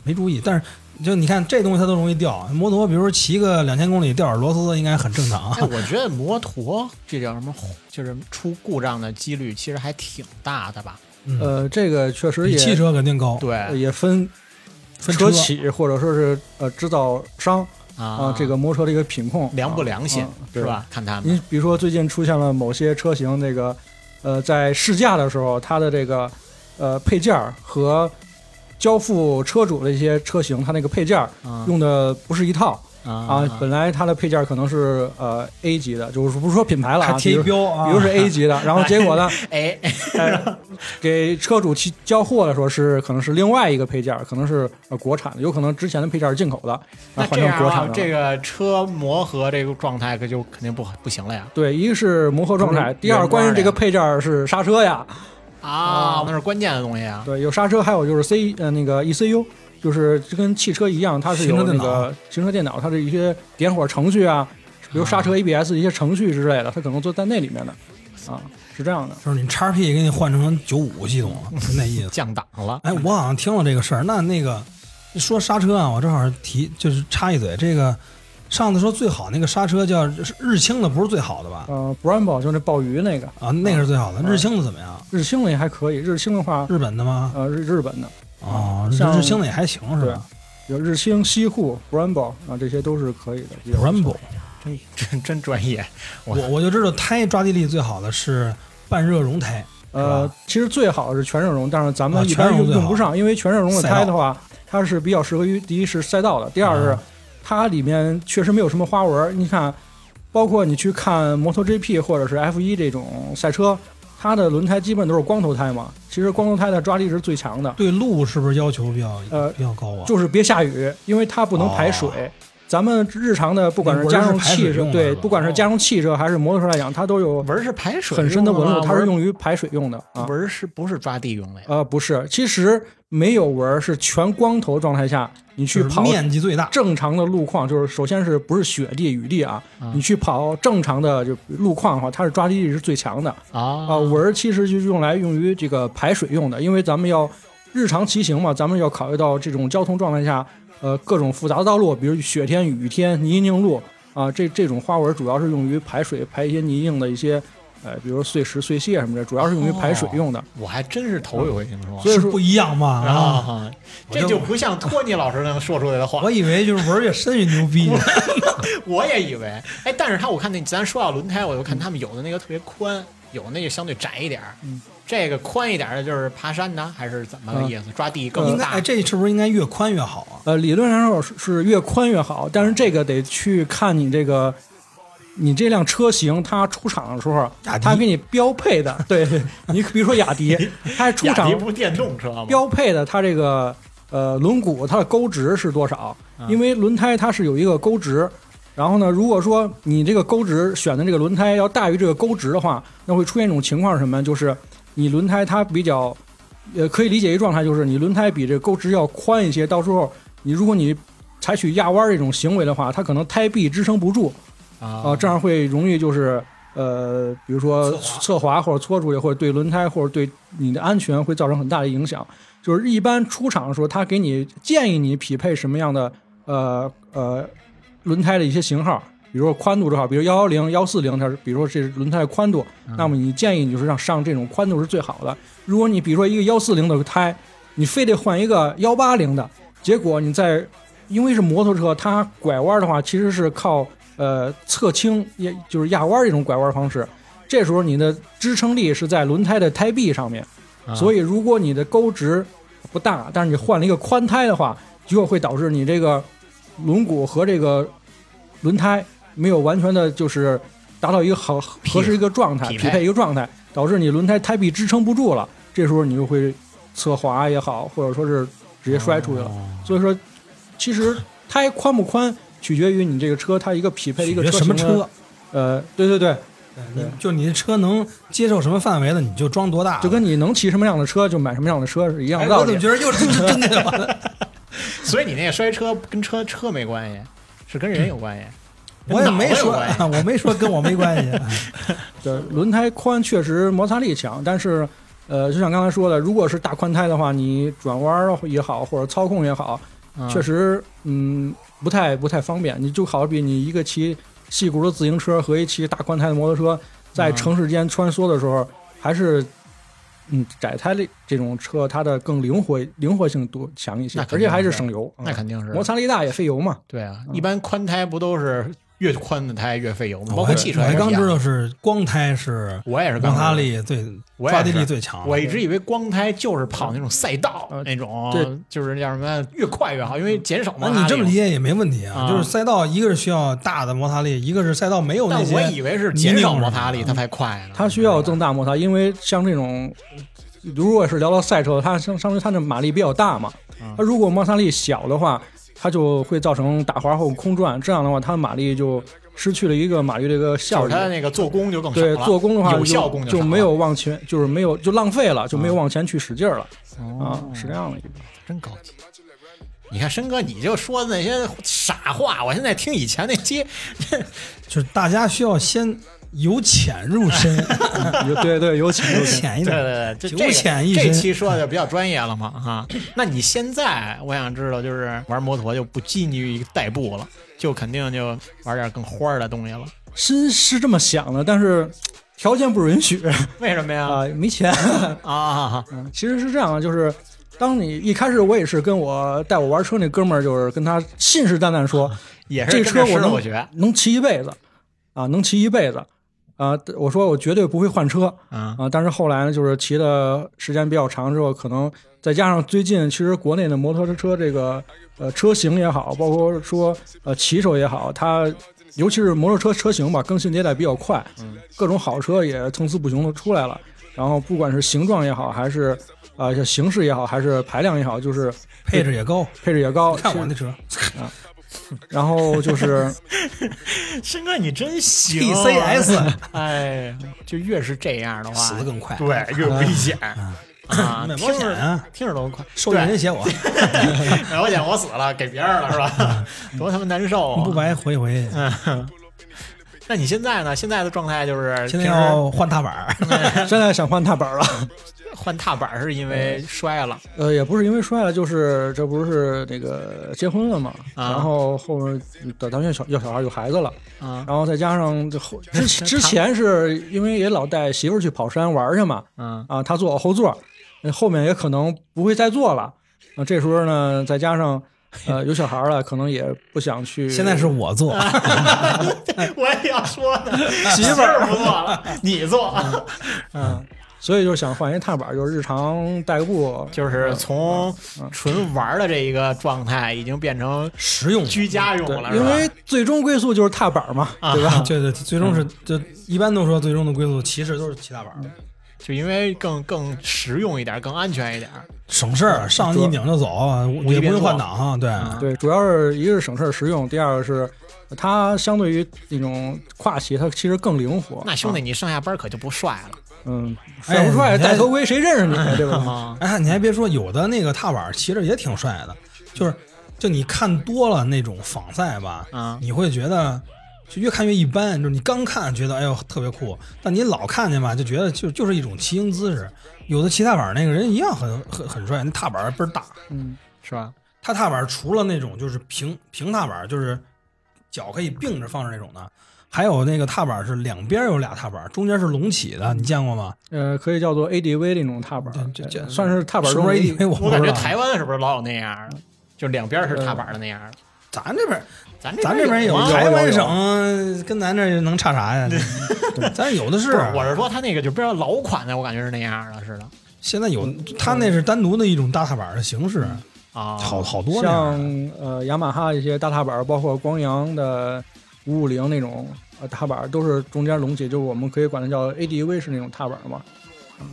B: 没注意。但是就你看这东西它都容易掉，摩托比如说骑个两千公里掉点螺丝应该很正常
C: 啊
B: 啊
A: 哎，。我觉得摩托这叫什么，就是出故障的几率其实还挺大的吧？
B: 嗯，
C: 呃，这个确实
B: 比
C: 也呃
B: 汽车肯定
C: 哦
B: 高。
A: 对
C: 也分
B: 分
C: 车
B: 车
C: 企或者说是呃制造商啊，
A: 啊，
C: 这个摩托车的一个品控
A: 良不良心
C: 啊啊对
A: 是吧？看他们
C: 你比如说最近出现了某些车型，那个呃，在试驾的时候，它的这个呃配件儿和交付车主的一些车型，它那个配件儿
A: 啊
C: 用的不是一套啊
A: 啊。
C: 本来它的配件儿可能是呃 A 级的，就是不是说品牌了
B: 还
C: 啊，
B: 贴
C: 比
B: 一
C: 如比
B: 标啊，
C: 如是 A 级的，然后结 果呢，
A: 哎，
C: 呃给车主提交货的时候是可能是另外一个配件儿，可能是呃国产的，有可能之前的配件儿是进口的，然
A: 那这
C: 后换成
A: 样
C: 国
A: 啊
C: 产的，了。
A: 这个车磨合这个状态可就肯定不不行了呀！
C: 对，一个是磨合状态，
A: 不是
C: 第
A: 原
C: 二
A: 装
C: 关于
A: 的
C: 这
A: 呀
C: 个配件儿是刹车呀，
A: 啊
C: 啊，
A: 那是关键的东西啊！
C: 对，有刹车，还有就是 C 呃那个 ECU，就是就跟汽车一样，它是有
B: 行车
C: 那
B: 电
C: 个行车电脑，它的一些点火程序啊，比如刹车 ABS 一些程序之类的，它可能都在那里面的啊，是这样的。
B: 就是你叉 P 给你换成九五系统了，就那意思。
A: 降档了，
B: 哎，我好像听了这个事儿。那那个说刹车啊，我正好提就是插一嘴，这个上次说最好那个刹车叫日清的，不是最好的吧？
C: 呃，Brembo 就是那鲍鱼那个，
B: 啊，那个是最好的。日清的怎么样？
C: 日清的也还可以，日清的话，
B: 日本的吗？
C: 呃，日日本的
B: 哦，
C: 像
B: 日清的也还行是吧
C: 有日清、西户、Brembo 啊，这些都是可以的。比较不错
B: r a m b o
A: 真真真专业我
B: 我我就知道胎抓地力最好的是半热熔胎，是
C: 呃
B: 吧，
C: 其实最好是全热熔，但是咱
B: 啊
C: 们一
B: 全
C: 般
B: 热
C: 用
B: 熔最
C: 用不
B: 好
C: 上，因为全热熔的
B: 赛
C: 胎
B: 道
C: 的话，它是比较适合于第一是赛道的，第二是
B: 啊
C: 它里面确实没有什么花纹儿。你看，包括你去看摩托 GP 或者是 F 1这种赛车，它的轮胎基本都是光头胎嘛。其实光头胎的抓地力是最强的，
B: 对路是不是要求比较
C: 呃
B: 比较高啊？
C: 就是别下雨，因为它不能排水。
B: 哦
C: 咱们日常的，不管是
B: 那
C: 家
B: 纹儿是
C: 用
B: 排
C: 汽
B: 水
C: 车，
B: 用的
C: 对，
B: 是吧哦
C: 不管是家用汽车还是摩托车来讲，它都有
A: 纹儿是排水
C: 哦很深的
B: 啊
C: 纹
A: 用
C: 路，
A: 吗
C: 它是
A: 纹
C: 用于排水用的啊
A: 儿。纹儿是不是抓地用的呀？
C: 呃，不是，其实没有纹儿，是全光头状态下，你去
B: 就是
C: 跑
B: 面积最大，
C: 正常的路况，就是首先是不是雪地、雨地啊？你去跑正常的就路况的话，它是抓地力是最强的啊、
A: 啊，
C: 纹儿其实就是用来用于这个排水用的，因为咱们要日常骑行嘛，咱们要考虑到这种交通状态下，呃，各种复杂的道路，比如雪天、雨天、泥泞路啊、这这种花纹主要是用于排水，排一些泥泞的一些。呃，比如碎石、碎屑什么的，主要是用于排
B: 哦
C: 水用的。
A: 我还真是头一回听说。
C: 所以
B: 是
C: 说
B: 不一样嘛啊。
A: 啊，
B: 我
A: 这
B: 就
A: 就不像托尼老师能说出来的话
B: 啊我。以为就是纹儿越深越牛逼，哎
A: 我也以为，哎，但是他我看那咱说到轮胎，我就看他们有的那个特别宽，有那个相对窄一点儿。
C: 嗯
A: 这个宽一点儿的就是爬山呢，还是怎么个意思？抓地
B: 应
A: 更
B: 该
A: 大
B: 哎，这是不是应该越宽越好啊？
C: 呃，理论上是是越宽越好，但是这个得去看你这个你这辆车型它出厂的时候
B: 雅，迪
C: 它给你标配的，对你比如说 雅迪，它出
A: 雅
C: 厂
A: 迪不是电动车吗？
C: 标配的它这个呃轮毂它的勾值是多少？因为轮胎它是有一个勾值，然后呢，如果说你这个勾值选的这个轮胎要大于这个勾值的话，那会出现一种情况是什么？就是你轮胎它比较，呃，可以理解一状态就是你轮胎比这个勾值要宽一些，到时候你如果你采取压弯儿这种行为的话，它可能胎壁支撑不住啊、
B: 哦
A: 啊，
C: 这样会容易就是。呃，比如说
B: 侧滑
C: 侧滑或者搓出去，或者对轮胎或者对你的安全会造成很大的影响。就是一般出厂的时候，他给你建议你匹配什么样的呃呃轮胎的一些型号，比如说宽度多少，比如幺幺零、幺四零，它是比如说这是轮胎的宽度，那么你建议你就是让上这种宽度是最好的。如果你比如说一个幺四零的胎，你非得换一个幺八零的，结果你在因为是摩托车，它拐弯的话其实是靠呃侧倾，也就是压弯这种拐弯方式。这时候你的支撑力是在轮胎的胎壁上面，
A: 啊
C: 所以如果你的钩值不大，但是你换了一个宽胎的话，结果会导致你这个轮毂和这个轮胎没有完全的，就是达到一个好合适一个状态，
A: 匹
C: 匹
A: 配
C: 配一个状态，导致你轮胎胎壁支撑不住了。这时候你就会侧滑也好，或者说是直接摔出去了。所以说，其实胎宽不宽取决于你这个车它一个匹配的一个
B: 取决
C: 车
B: 什么
C: 型的
B: 车？哎
C: 呃，对对对，
B: 你就你这车能接受什么范围的，你就装多大。
C: 就跟你能骑什么样的车就买什么样的车是一样
B: 哎
C: 的
B: 我
C: 道
B: 怎
C: 理
B: 么。觉得又是真的完 了？
A: 所以你那个摔车跟车车没关系，是跟人有关系。
B: 嗯我也没说，
A: 跟脑子有关系
B: 我没说跟我没关系。
C: 对，轮胎宽确实摩擦力强，但是，呃，就像刚才说的，如果是大宽胎的话，你转弯儿也好，或者操控也好，
A: 嗯
C: 确实，嗯，不太不太方便。你就好比你一个骑细轱辘自行车和一骑大宽胎的摩托车，在
A: 嗯
C: 城市间穿梭的时候，还是，嗯，窄胎的这种车它的更灵活灵活性多强一些
A: 那，肯
C: 而
A: 定
C: 且还是
A: 是
C: 省油，
A: 那肯定是
C: 嗯摩。擦力大也费油嘛。
A: 对啊，
B: 嗯
A: 一般宽胎不都是越宽的胎越费油吗？包
B: 哦我
A: 括
B: 还
A: 汽车
B: 我
A: 也
B: 还
A: 是一样
B: 刚知道是光胎是
A: 我也是
B: 摩
A: 刚
B: 擦
A: 知道
B: 力最
A: 我也
B: 抓地
A: 是
B: 力最强。
A: 我一直以为光胎就是跑那种赛道
C: 呃
A: 那种，
C: 对，
A: 就是叫什么越快越好，因为减少
B: 那
A: 摩擦力。
B: 你这么理，解也没问题啊，
A: 啊
B: 就是赛道一个是需要大的摩擦力，一个是赛道没有那
A: 但
B: 些。
A: 我以为是减少摩擦力它才快呢。
C: 嗯它需要增大摩擦，因为像这种，如果是聊到赛车，它相相当于它的马力比较大嘛
A: 嗯，
C: 它如果摩擦力小的话，它就会造成打滑后空转，这样的话，它马力就失去了一个马力这个
A: 就
C: 效
A: 是
C: 率。
A: 它那个做工就更少
C: 对
A: 了，
C: 做工的话
A: 有效啊
C: 就
A: 工
C: 就
A: 少了
C: 没有往前，就是没有就浪费了，就没
A: 嗯
C: 有往前去使劲儿了
A: 哦
C: 啊，是这样的一个。
A: 真高级。你看申哥，你就说那些傻话，我现在听以前那些，
B: 就是大家需要先由浅 入深，
C: 有对对，有请有
B: 由
C: 请。
B: 浅 一
A: 对
B: 点。
A: 对对，这
B: 九
A: 这
B: 浅一
A: 这
B: 深
A: 期说的就比较专业了嘛啊。那你现在我想知道，就是玩摩托就不拘泥于一个代步了，就肯定就玩点更花儿的东西了。
C: 心是这么想的，但是条件不允许
A: 为什么呀？
C: 啊，没钱。
A: 啊，
C: 嗯，其实是这样，就是当你一开始我也是跟我带我玩车那哥们儿，就是跟他信誓旦旦说，
A: 也是跟
C: 这车
A: 着
C: 我
A: 师傅
C: 能
A: 学
C: 能骑一辈子，啊，能骑一辈子，啊，我说我绝对不会换车
A: 啊
C: 啊。但是后来呢，就是骑的时间比较长之后，可能再加上最近其实国内的摩托车这个呃车型也好，包括说呃骑手也好，它尤其是摩托车车型吧，更新迭代比较快，
B: 嗯
C: 各种好车也层出不穷的出来了。然后不管是形状也好，还是啊、呃、形式也好，还是排量也好，就是
B: 配置也高。
C: 配置也高。
B: 看我那车
C: 然后就是
A: 申哥，你真行啊
B: TCS
A: 哎，就越是这样的话
B: 死，的更快，
A: 对，越危险啊！
B: 买
A: 听
B: 保险
A: 着
B: 啊，
A: 听着都快，
B: 受益
A: 对
B: 人写我，啊
A: 买保险我死了，给别人了是吧？多他妈难受
B: 不
A: 啊！嗯
B: 白回回。
A: 那你现在呢？现在的状态就是
B: 现
A: 平
B: 在
A: 时
B: 要换踏板儿，
C: 现在想换踏板了，
A: 换踏板是因为摔了
C: 呃，也不是因为摔了，就是这不是那个结婚了嘛，
A: 啊
C: 然后后面打算要小要小孩有孩子了，
A: 啊
C: 然后再加上这后之之前是因为也老带媳妇儿去跑山玩儿去嘛，
A: 嗯
C: 啊，他坐我后座，呃后面也可能不会再坐了。那、这时候呢，再加上呃有小孩了，可能也不想去。
B: 现在是我坐，
A: 我也要说呢，媳妇儿不做了，你做，
C: 嗯，所以就想换一踏板，就是日常代步。
A: 就是从
C: 嗯
A: 纯玩的这一个状态，已经变成
B: 实 用。
A: 居家用
C: 对
A: 了，，是
C: 因
A: 吧
C: 为最终归宿就是踏板嘛，
A: 啊嗯
C: 对吧？
B: 对对，最终是就一般都说最终的归宿其实都是骑踏板儿，
A: 就因为更更实用一点，更安全一点。
B: 省事儿，上一拧就走，也不用换挡，啊对，
A: 啊
C: 对，主要是一个是省事儿实用，第二个是它相对于那种跨骑，它其实更灵活。
A: 那兄弟，
C: 啊，
A: 你上下班可就不帅了
C: 嗯，
B: 哎
C: 帅不帅？
B: 你还
C: 戴头盔谁认识 你？对吧？
A: 啊！
B: 哎，你还别说，有的那个踏板骑着也挺帅的，就是就你看多了那种仿赛吧，
A: 啊
B: 你会觉得就越看越一般，就是你刚看觉得哎呦特别酷，但你老看见吧，就觉得就就是一种骑行姿势。有的骑踏板那个人一样很很很帅，那踏板倍儿大，
C: 嗯，
A: 是吧？
B: 他踏板除了那种就是平平踏板，就是脚可以并着放着那种的。还有那个踏板是两边有俩踏板，中间是隆起的，你见过吗？
C: 呃，可以叫做 ADV 那种踏板儿，
B: 嗯
C: 呃
B: 这这这
C: 算是踏板
B: 是
C: 中
B: 不
C: 的
B: 是
C: 一
B: 因为我不
A: 我感
B: 知
A: 觉
B: 道
A: 台湾是不是老有那样的，就两边是踏板的那样的？
B: 咱这边
A: 咱
B: 咱这边有
A: 吗
C: 有
B: 台湾省跟咱这能 差啥呀？咱有的是
A: 不，是，我是说他那个就比较老款的，我感觉是那样的似的。
B: 现在有，它那是单独的一种大踏板的形式，
A: 啊，
B: 好好多那样
C: 像
B: 的
C: 呃雅马哈一些大踏板，包括光阳的五五零那种呃踏板，都是中间隆起，就是我们可以管它叫 ADV 式那种踏板嘛。嗯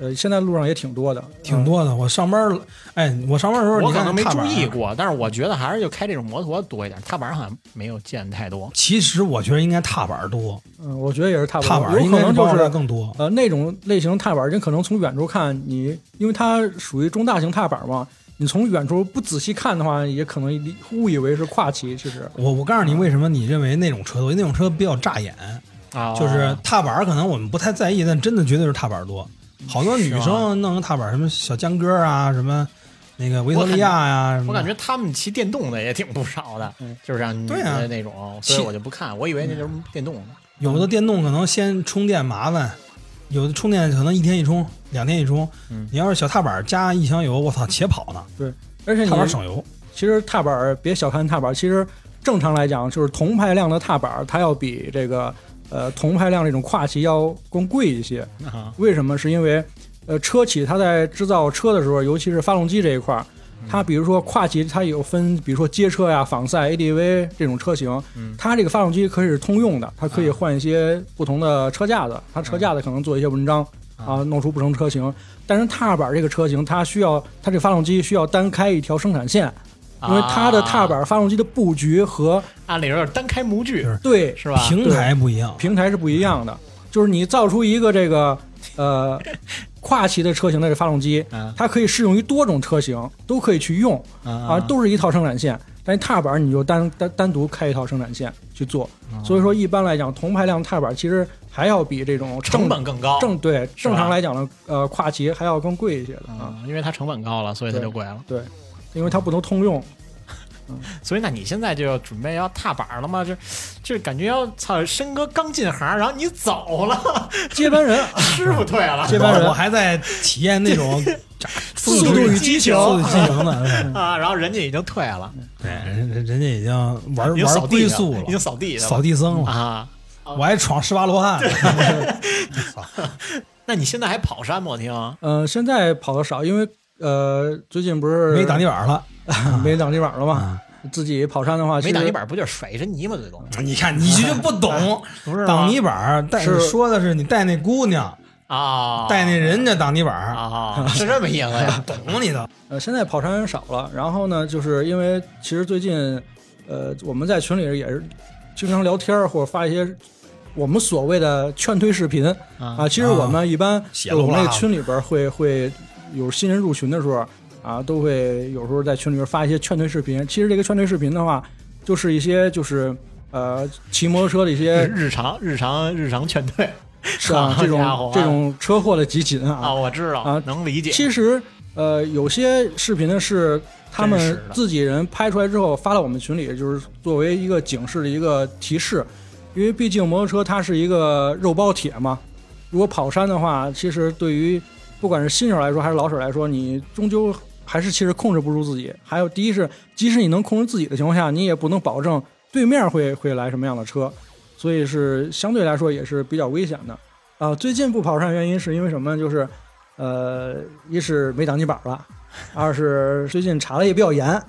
C: 呃，现在路上也挺多的，
B: 挺多的。我上班儿，哎，我上班儿的时候啊
A: 我
B: 你
A: 可
B: 看
A: 能没
B: 踏
A: 注
B: 板
A: 意过，但是我觉得还是就开这种摩托多一点，踏板好像没有见太多。
B: 其实我觉得应该踏板多，
C: 嗯、我觉得也是踏板，
B: 踏板
C: 有
B: 应
C: 可
B: 该
C: 能就
B: 包
C: 是
B: 的更多。
C: 呃，那种类型踏板，你可能从远处看你，因为它属于中大型踏板嘛，你从远处不仔细看的话，也可能误以为是跨骑。其实，
B: 我我告诉你为什么你认为那种车多，因为那种车比较扎眼，
A: 啊，
B: 就是踏板儿可能我们不太在意，但真的绝对是踏板儿多。好多女
A: 是吗
B: 生弄个踏板儿，什么小江哥啊，什么那个维多利亚呀、什么
A: 我
B: 的
A: 感觉他们骑电动的也挺不少的
C: 嗯，
A: 就是像女
B: 对啊
A: 的那种，所以我就不看，我以为那就是电动的。
B: 有的电动可能先充电麻烦，有的充电可能一天一充，两天一充。
A: 嗯
B: 你要是小踏板加一箱油，我操，且跑呢！
C: 而且你
B: 踏板省油，
C: 其实踏板儿别小看踏板儿，其实正常来讲，就是同排量的踏板儿，它要比这个呃同排量这种跨骑要更贵一些。
A: 啊
C: 为什么？是因为呃车企它在制造车的时候，尤其是发动机这一块儿，
A: 嗯
C: 它比如说跨骑，它有分，比如说街车呀、仿赛、ADV 这种车型
A: 嗯，
C: 它这个发动机可以是通用的，它可以换一些不同的车架子，它车架子可能做一些文章。
A: 嗯
C: 啊，弄出不同车型，但是踏板儿这个车型，它需要它这发动机需要单开一条生产线，因为它的踏板发动机的布局和
A: 按理说是单开模具
B: 是
C: 对
A: 啊是吧？
B: 平台不一样。
C: 平台是不一样的。就是你造出一个这个呃跨骑的车型的这发动机，
A: 啊
C: 它可以适用于多种车型，都可以去用啊，都是一套生产线。但是踏板你就单单单独开一套生产线去做，
A: 哦
C: 所以说一般来讲，同排量踏板其实还要比这种正
A: 成本更高
C: 正对
A: 是吧
C: 正常来讲的呃跨骑还要更贵一些的啊，
A: 啊，因为它成本高了，所以它就贵了。
C: 对，因为它不能 通用。
A: 所以那你现在就准备要踏板了吗？就就感觉要操，申哥刚进行，然后你走了，
C: 接班人
A: 师傅退了
C: 接班人
B: 我我还在体验 那种
A: 速
C: 度与
A: 激
B: 情，速度与激 情呢。
A: 啊，然后人家已经退了，
B: 对，人人人家已经玩
A: 已经
B: 玩
A: 扫地
B: 龟
A: 去
B: 速
A: 了，已经
B: 了，
A: 扫地去了
B: 扫地僧了，
A: 啊。
B: 我还闯十八罗汉了。
A: 那你现在还跑山吗？我听
C: 呃，现在跑的少，因为呃，最近不是
B: 没挡泥板了，
C: 没挡泥板了嘛，
B: 啊
C: 自己跑山的话，其
A: 没
C: 实
A: 打泥板不就是甩一身泥吗？最多
B: 嗯你看你这就不懂，
A: 哎不是
B: 挡泥板儿，但
C: 是
B: 说的是你带那姑娘，
A: 啊，
B: 带那人家挡泥板儿，
A: 啊，是这么意思呀？
B: 懂你的。
C: 呃，现在跑山少了。然后呢，就是因为其实最近，呃，我们在群里也是经常聊天儿或者发一些我们所谓的劝退视频啊。其实我们一般呃
B: 写
C: 就我们
B: 漏
C: 那
B: 了
C: 个群里边儿会会有新人入群的时候啊，都会有时候在群里边儿发一些劝退视频。其实这个劝退视频的话，就是一些就是呃骑摩托车的一些
A: 日常日常日常劝退
C: 像
A: 好家伙
C: 这种
A: 啊
C: 这种车祸的集锦
A: 啊，我知道
C: 啊，
A: 能理解。
C: 其实，呃，有些视频呢是他
A: 真
C: 们
A: 实的
C: 自己人拍出来之后发到我们群里，就是作为一个警示的一个提示，因为毕竟摩托车它是一个肉包铁嘛。如果跑山的话，其实对于不管是新手来说还是老手来说，你终究还是其实控制不住自己。还有，第一是，即使你能控制自己的情况下，你也不能保证对面会会来什么样的车，所以是相对来说也是比较危险的。啊，最近不跑山原因是因为什么呢？就是呃，一是没挡泥板了，二是最近查的也比较严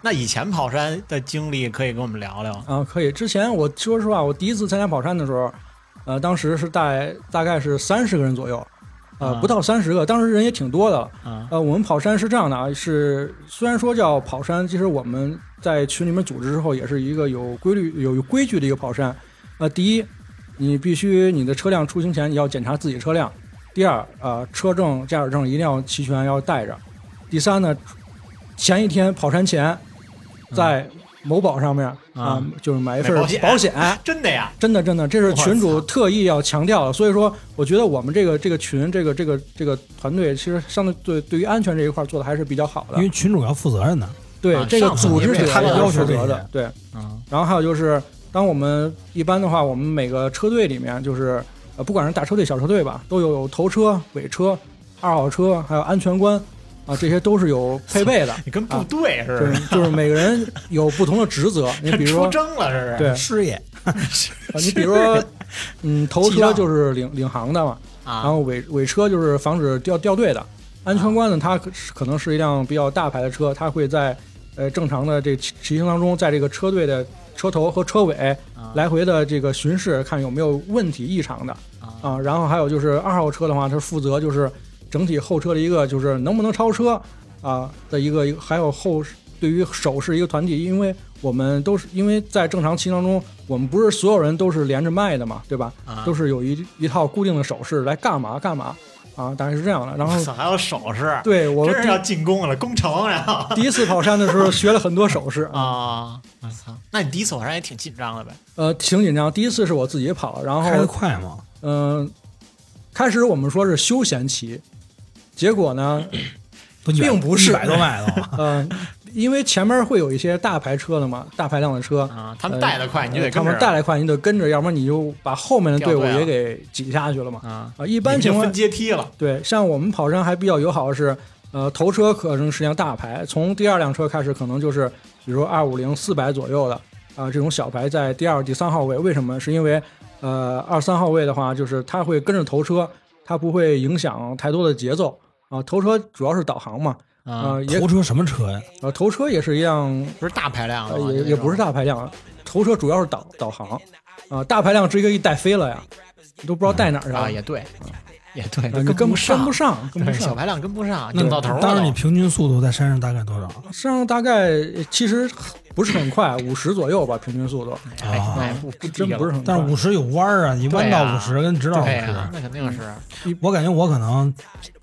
A: 那以前跑山的经历可以跟我们聊聊
C: 啊。可以，之前我说实话，我第一次参加跑山的时候，呃，当时是大大概是三十个人左右，呃
A: 啊，
C: 不到三十个，当时人也挺多的了。
A: 啊
C: 呃，我们跑山是这样的啊，是虽然说叫跑山，其实我们在群里面组织之后，也是一个有规律、有有规矩的一个跑山。呃，第一，你必须你的车辆出行前你要检查自己车辆；第二，呃，车证、驾驶证一定要齐全，要带着；第三呢，前一天跑山前，在某宝上面啊、
A: 啊
C: 就是买一份
A: 买保险
C: 保险
A: 真的呀？
C: 真的真的，这是群
A: 我
C: 主
A: 操
C: 特意要强调的。所以说，我觉得我们这个这个群这个这个这个团队，其实相对对对于安全这一块做的还是比较好
B: 因
C: 的
B: 为。群主要负责任的，
C: 对、
A: 啊
C: 这个
A: 上次
C: 组织
A: 你
C: 者
A: 们也说了
C: 也
B: 要
C: 是
B: 求
C: 负
B: 这
C: 责
B: 一
C: 的
B: 点。
C: 对，
A: 嗯。
C: 然后还有就是，当我们一般的话，我们每个车队里面就是呃，不管是大车队、小车队吧，都有头车、尾车、二号车，还有安全官啊，这些都是有配备的
A: 你跟部队
C: 啊就
A: 似的
C: 是就是每个人有不同的职责，你比，如
A: 出
C: 说
A: 征了这是？
C: 对，
B: 事业
C: 啊，你比如说，嗯，头
B: 记账
C: 车就是领领航的嘛，
A: 啊
C: 然后尾尾车就是防止掉掉队的。安全冠呢，它可可能是一辆比较大牌的车，它会在呃正常的这骑骑行当中，在这个车队的车头和车尾
A: 啊
C: 来回的这个巡视，看有没有问题异常的
A: 啊
C: 啊。然后还有就是二号车的话，它负责就是整体后车的一个就是能不能超车啊的一个，一个还有后对于手势一个团体，因为我们都是因为在正常骑行当中，我们不是所有人都是连着麦的嘛，对吧？
A: 啊
C: 都是有一一套固定的手势来干嘛干嘛啊，大概是这样的。然后
A: 我操还有手势，
C: 对我
A: 真是要进攻了，攻城，啊然 后
C: 第一次跑山的时候学了很多手 势，
A: 啊，我操，那你第一次晚上也挺紧张的呗？
C: 呃，挺紧张。第一次是我自己跑，然后
B: 开得快吗？
C: 嗯、开始我们说是休闲骑，结果呢，
B: 都100
C: 并不是
B: 100多迈了，
C: 嗯、因为前面会有一些大牌车的嘛，大排量的车，
A: 啊，他们带得快，你就得
C: 呃他
A: 跟着啊
C: 们带来快，你得跟着，要不然你就把后面的队伍
A: 掉队了
C: 也给挤下去了嘛。
A: 啊，
C: 啊，一
A: 一
C: 般情况
A: 分阶梯了
C: 对，像我们跑山还比较友好的是，呃，头车可能是辆大牌，从第二辆车开始，可能就是比如说二五零、四百左右的啊、这种小牌在第二、第三号位。为什么？是因为呃，二三号位的话，就是它会跟着头车，它不会影响太多的节奏啊、头车主要是导航嘛，啊、
A: 啊，
C: 也
B: 头车什么车呀？
C: 呃，头车也是一辆
A: 不是大排量的
C: 呃
A: 吗，
C: 也
A: 那
C: 也
A: 种
C: 不是大排量，头车主要是导导航，啊、大排量直接给你带飞了呀，你都不知道带哪儿去了，
A: 啊，也对，也对，
C: 啊
A: 跟
C: 你跟
A: 不
C: 跟
A: 上，
C: 不上，跟 不
A: 对小
C: 上。
A: 排量跟不上，
B: 那
A: 硬到头了都。
B: 当时你平均速度在山上大概多少？
C: 身上大概其实不是很快，五十左右吧，平均速度，
A: 哎
B: 啊
A: 哎不不低
C: 哦真
A: 了
C: 不是很快。
B: 但是五十有弯儿啊，你弯
A: 对
B: 道
A: 啊
B: 五十嗯跟直道五
A: 对啊呀，
B: 十，
A: 那肯定是
B: 我感觉我可能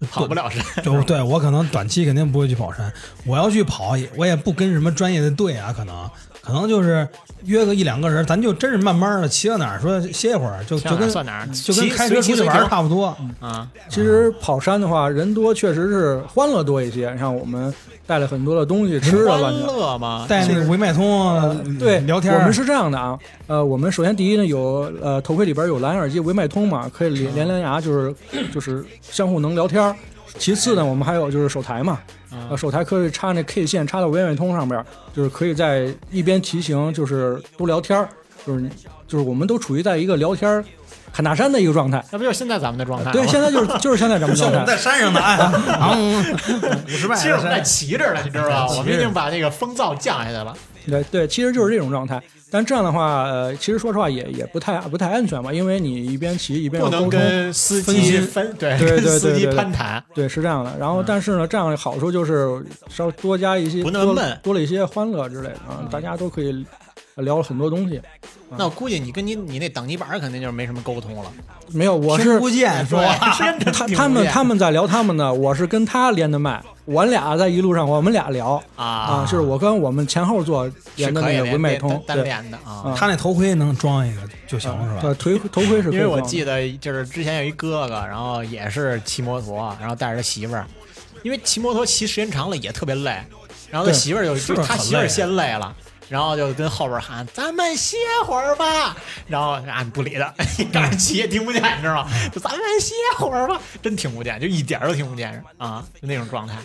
A: 跑不了山，
B: 就对我可能短期肯定不会去跑山，我要去跑也我也不跟什么专业的队啊，可能可能就是约个一两个人，咱就真是慢慢的骑到哪儿说歇一会儿，就
A: 骑
B: 就
A: 到哪
B: 跟
A: 儿啊算哪儿，
B: 就跟
A: 骑
B: 开
A: 随
B: 车
A: 骑
B: 出去
A: 随
B: 玩儿
A: 停
B: 差不多。
A: 啊
C: 其实跑山的话，人多确实是欢乐多一些。你看我们带了很多的东西，吃的
A: 欢
C: 乱七八糟。
A: 乐嘛，
B: 带那个维脉通
C: 对，
B: 嗯聊天
C: 我
B: 儿，
C: 们是这样的啊，呃，我们首先第一呢有呃头盔里边有蓝耳机维麦通嘛，可以连连蓝牙，就是就是相互能聊天儿。其次呢，我们还有就是手台嘛，
A: 啊
C: 呃，手台可以插那 K 线，插到维稳通上边儿，就是可以在一边骑行，就是都聊天儿，就是你就是我们都处于在一个聊天儿侃大山的一个状态。
A: 那不就是现在咱们的状态吗？
C: 对，现在就是就是现在咱们状
B: 像我们
C: 态
B: 在。山上的哎， 啊五十迈
A: 其实我们在骑着呢，你知道吧？
B: 骑着
A: 我们已经把那个风噪降下来了。
C: 对对，其实就是这种状态。但这样的话，呃，其实说实话也也不太不太安全嘛，因为你一边骑一边
A: 不
C: 要
A: 能
C: 沟通
A: 跟司
C: 分
A: 机
C: 心
A: 分对
C: 对对
A: 跟司机
C: 对对对
A: 攀谈，
C: 对，是这样的。然后，
A: 嗯
C: 但是呢，这样的好处就是稍微多加一些，
A: 不那么
C: 多
A: 闷嗯
C: 多了一些欢乐之类的啊，大家都可以聊了很多东西。
A: 那我估计你跟你你那挡泥板肯定就是没什么沟通了。
C: 没有，我
B: 听
C: 是
B: 不见哎说话，
A: 对，是跟着
C: 他
A: 顶
C: 他们
A: 着
C: 他们在聊他们的，我是跟他连的麦，我俩在一路上，我们俩聊
A: 啊
C: 啊，就是我跟我们前后座
A: 是
C: 连的
A: 可
C: 那
A: 以
C: 个
A: 连
C: 维麦
A: 连
C: 通，
A: 单单
C: 对，
A: 连的啊。
C: 啊
B: 他那头盔能装一个就行了是吧？
C: 呃，头头盔是可
A: 因
C: 以
A: 为我
C: 装的
A: 记得就是之前有一哥哥，然后也是骑摩托，然后带着他媳妇儿，因为骑摩托骑时间长了也特别累，然后他
C: 对
A: 媳妇儿就是就他
B: 很
A: 媳妇儿
B: 累
A: 先累了。然后就跟后边喊：“咱们歇会儿吧。”然后俺、不理他，赶着骑也听不见，你知道吗？就咱们歇会儿吧，真听不见，就一点儿都听不见啊，就那种状态。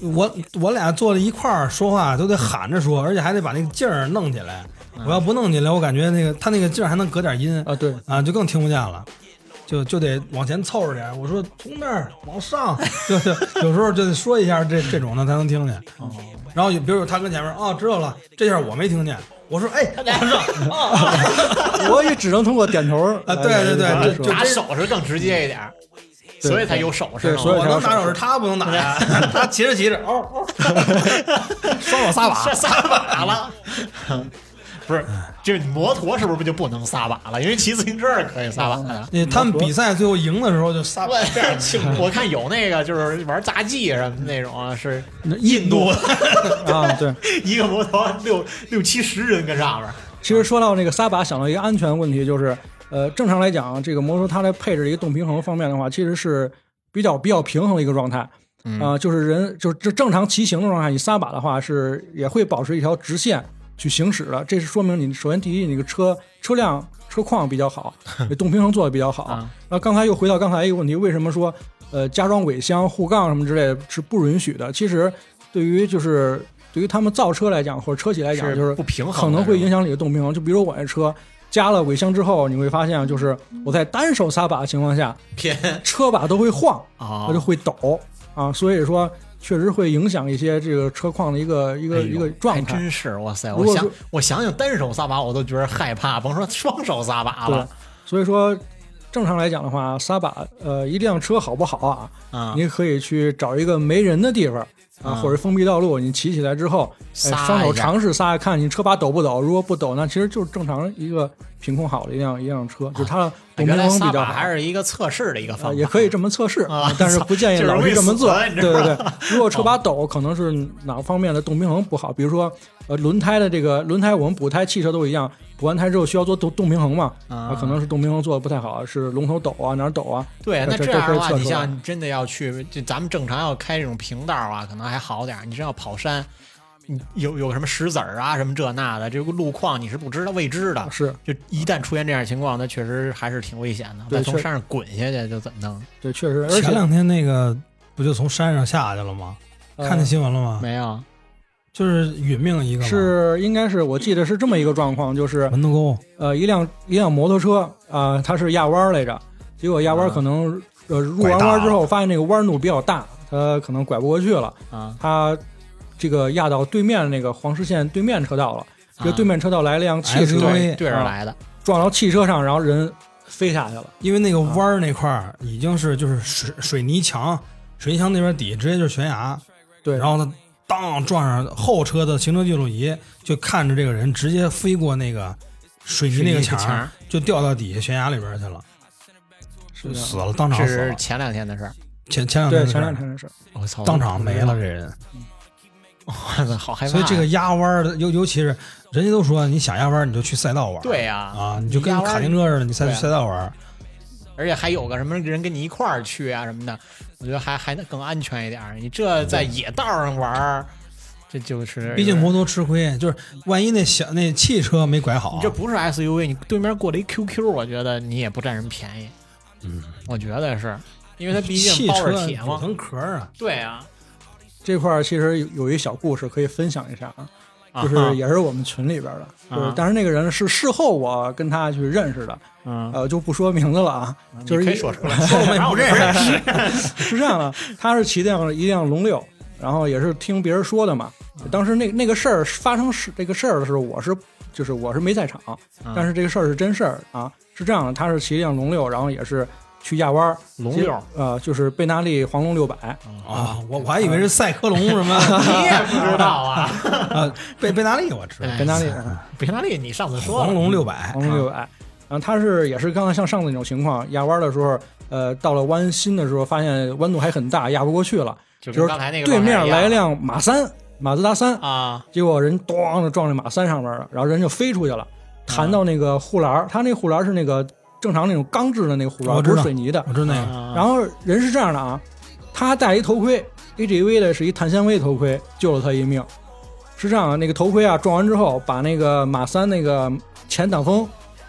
B: 呃我我俩坐在一块儿说话都得喊着说，而且还得把那个劲儿弄起来。我要不弄起来，我感觉那个他那个劲儿还能隔点音
C: 啊，对，
B: 嗯啊，就更听不见了，就就得往前凑着点儿。我说从那儿往上， 就就有时候就得说一下这这种的才能听见。然后有比如有他跟前面哦知道了，这下我没听见，我说 哎往上
C: 我也只能通过点头
B: 啊对对对
C: 来
B: 这
C: 说
B: 就
A: 打手势更直接一点儿，
C: 对
A: 所以才有手势
C: 对
A: 嘛。
C: 所以
B: 我能打手势，他不能打 呀，他骑着骑着哦哦，双手撒把
A: 这。 撒把了，不是，就是摩托是不是就不能撒把了？因为骑自行车是可以撒把的。
B: 那他们比赛最后赢的时候就撒 把
A: 我我看有那个就是玩杂技什么那种啊， 是
C: 印
A: 度
C: 啊，对。
A: 一个摩托六六七十人跟上面儿，
C: 其实说到那个撒把，想到一个安全问题，就是呃，正常来讲，这个摩托它在配置一个动平衡方面的话，其实是比较比较平衡的一个状态。
A: 嗯
C: 啊、就是人就是这正常骑行的状态，你撒把的话是也会保持一条直线去行驶的，这是说明你首先第一，你这个车车辆车况比 较好，动平衡做的比较好。
A: 啊
C: 然后刚才又回到刚才一个问题，为什么说呃加装尾箱、护杠什么之类的是不允许的？其实对于就是哎对于他们造车来讲或者车企来讲，就是
A: 不平衡
C: 可
A: 的
C: 能会
A: 是吧
C: 哦影响你的动平衡。就比如我这车加了尾箱之后，你会发现，就是我在单手撒把的情况下，
A: 偏
C: 车把都会晃，
A: 啊
C: 它就会抖啊，所以说确实会影响一些这个车况的一个一
A: 哎
C: 个
A: 呦
C: 一个状
A: 还
C: 态。
A: 真是哇塞！
C: 如
A: 我
C: 果
A: 想
C: 说
A: 我想想单手撒把我都觉得害怕，甭说双手撒把
C: 对
A: 了，
C: 所以说正常来讲的话，撒把呃一辆车好不好啊？
A: 啊！
C: 您可以去找一个没人的地方
A: 嗯
C: 啊，或者封闭道路，你骑起来之后，哎
A: 撒
C: 双手
A: 一下
C: 尝试撒，看你车把抖不抖。如果不抖，那其实就是正常一个品控好的一辆一辆车，就是它的动
A: 啊原
C: 平
A: 来
C: 衡
A: 撒
C: 比较
A: 把
C: 好。
A: 还是一个测试的一个方
C: 啊，
A: 法，
C: 也可以这么测试
A: 啊
C: 但是不建议
A: 就是
C: 老
A: 容易
C: 是这么
A: 死
C: 做。
A: 你知
C: 对
A: 道
C: 对
A: 吧
C: 对， 如果车把抖，可能是哪个方面的动平衡不好，比如说呃轮胎的这个轮胎，我们补胎汽车都一样，补完胎之后需要做动动平衡嘛，
A: 啊
C: 可能是动平衡做的不太好，是龙头抖啊，哪儿抖啊，
A: 对，那这
C: 这这
A: 样的
C: 可以
A: 话，
C: 测
A: 你
C: 出来
A: 像真的要去，就咱们正常要开这种平道啊，可能还好点儿。你真要跑山，你有有什么石子儿啊，什么这那的，这个路况你是不知道未知的。
C: 啊是
A: 就一旦出现这样的情况，那确实还是挺危险的。
C: 对
A: 再从
C: 确啊
A: 山上滚下去就怎么弄？
C: 对，确实，而
B: 前
C: 且
B: 两天那个不就从山上下去了吗？
C: 呃
B: 看见新闻了吗？
A: 没有，
B: 就是殒命一个嘛
C: 是应该是我记得是这么一个状况，就是
B: 门头沟，
C: 呃一辆一辆摩托车啊、它是压弯儿来着，结果压弯儿可能、呃
B: 嗯
C: 入
B: 拐
C: 完
B: 大
C: 弯儿之
B: 了
C: 后，发现那个弯儿度比较大，它可能拐不过去了。
A: 啊，
C: 他这个压到对面那个黄石线对面车道了，
B: 啊
C: 这对面车道来了辆汽车，啊
B: SUV
A: 啊对对着来的，
C: 撞到汽车上，然后人飞下去了。
B: 因为那个弯儿那块儿已经是就是水水泥墙，水泥墙那边底直接就是悬崖，
C: 对，
B: 然后他当撞上后车的行车记录仪，就看着这个人直接飞过那个水泥那个
A: 墙
B: 墙儿，
C: 啊
A: 儿，
B: 就掉到底下悬崖里边去了，
C: 是的
B: 死了，当场
A: 这
B: 死
A: 是
B: 了。
A: 前两天的事儿。
B: 前前两天
C: 对
B: 的事
C: 前
B: 儿
C: 两天的事儿，
A: 我操，
B: 当场没了这
A: 这，
B: 人，
A: 好害怕。
B: 所以这个压弯儿的，尤尤其是人家都说你想压弯儿你就去赛道玩儿，
A: 对呀，
B: 啊，你就跟
A: 压弯儿
B: 卡丁车似的，你再
A: 对
B: 去
A: 啊
B: 赛道玩儿。
A: 而且还有个什么人跟你一块儿去啊什么的，我觉得还还能更安全一点儿。你这在野道上玩儿，这 就是
B: 毕竟摩托吃亏，就是万一那小那汽车没拐好
A: 你，这不是 SUV，你对面过了一 QQ，我觉得你也不占人便宜。
B: 嗯，
A: 我觉得是，因为它毕竟
B: 汽
A: 包
B: 车
A: 着铁
B: 有
A: 嘛。
B: 层壳儿啊，
A: 对 啊，
C: 这块儿其实有有一小故事可以分享一下啊，就是也是我们群里边的，
A: 啊
C: 就是但是那个人是事后我跟他去认识的，
A: 嗯，
C: 呃，就不说名字了啊， 就是
A: 你可以
C: 一
A: 说出来，说 我们不认 识。
C: 是这样 的，他是骑辆一辆龙六，然后也是听别人说的嘛。
A: 啊
C: 当时那那个事儿发生是这个事儿的时候，我是就是我是没在场，
A: 啊
C: 但是这个事儿是真事儿啊，是这样的，他是骑一辆龙六，然后也是去压弯儿，
A: 龙
C: 结
A: 六
C: 呃就是贝纳利黄龙六百，
B: 啊，我我还以为是赛科龙 什么
A: 你也不知道啊？
B: 啊，贝贝纳利我知道，
A: 哎
C: 贝纳利
A: 比纳利，你上次说
B: 黄
A: 了，
B: 龙六百
C: 黄龙六
B: 啊
C: 百，然后嗯他是也是刚才像上次那种情况，压弯儿的时候，呃到了弯心的时候，发现弯度还很大，压不过去了，
A: 就
C: 就
A: 跟
C: 是
A: 刚才那个
C: 对面
A: 状态一样
C: 来辆马三，马自达三，
A: 啊，
C: 结果人咣就撞那马三上面了，然后人就飞出去了，弹
A: 嗯
C: 到那个护栏儿，他那护栏儿是那个正常那种钢制的那个护栏
B: 我
C: 儿，
B: 知
C: 不
B: 道
C: 是水泥的。
B: 我知道那个，
A: 然
C: 然后人是这样的啊，他戴一头盔，AGV 的是一碳纤维头盔，救了他一命。是这样啊，那个头盔啊撞完之后，把那个马三那个前挡风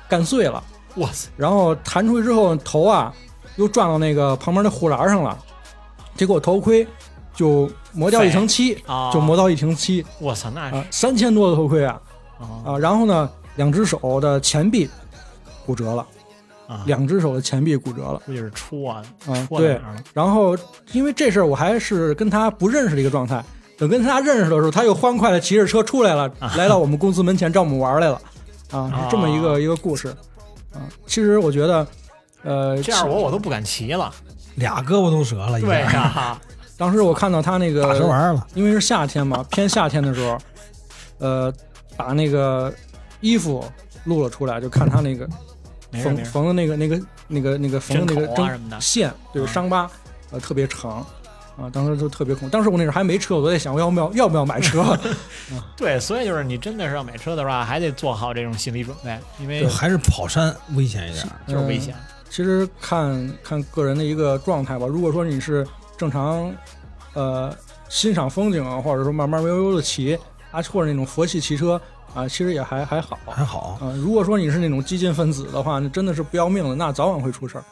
C: 干碎了，
A: 哇塞，
C: 然后弹出去之后头啊又撞到那个旁边的护栏上了，结果头盔就磨掉一层漆，
A: 啊，哎
C: 就磨到一层漆
A: 我操，那是
C: 啊，三千多的头盔啊，
A: 啊
C: 啊，然后呢，两只手的前臂骨折了，
A: 啊
C: 两只手的前臂骨折了。
A: 估计是戳啊，
C: 啊
A: 戳在哪儿了？
C: 然后因为这事儿，我还是跟他不认识的一个状态。等跟他认识的时候，他又欢快的骑着车出来了，
A: 啊
C: 来到我们公司门前找我们玩儿来了。啊，是这么一个、一个故事。啊，其实我觉得，呃，
A: 这样我我都不敢骑了。
B: 俩胳膊都折了，
A: 对
B: 哎
A: 啊
B: 呀，
A: 呀，
C: 当时我看到他那
B: 打折
C: 个，
B: 玩儿了，
C: 因为是夏天嘛，偏夏天的时候，呃，把那个衣服露了出来，就看他那个
A: 没事
C: 缝
A: 没事，
C: 缝的那个那个那个那个缝的那个
A: 针头啊什么的
C: 针线，对
A: 嗯
C: 伤疤，呃，特别长，啊，当时就特别恐。当时我那时候还没车，我都在想我要不要要不要 买车。
A: 对，所以就是你真的是要买车的话，还得做好这种心理准备，因为
B: 就还是跑山危险一点儿。
A: 就是危险。
C: 其实看看个人的一个状态吧。如果说你是正常，呃，欣赏风景啊，或者说慢慢悠悠的骑啊，或者那种佛系骑车啊，其实也还还好。
B: 还好，
C: 啊、如果说你是那种激进分子的话，那真的是不要命了，那早晚会出事儿。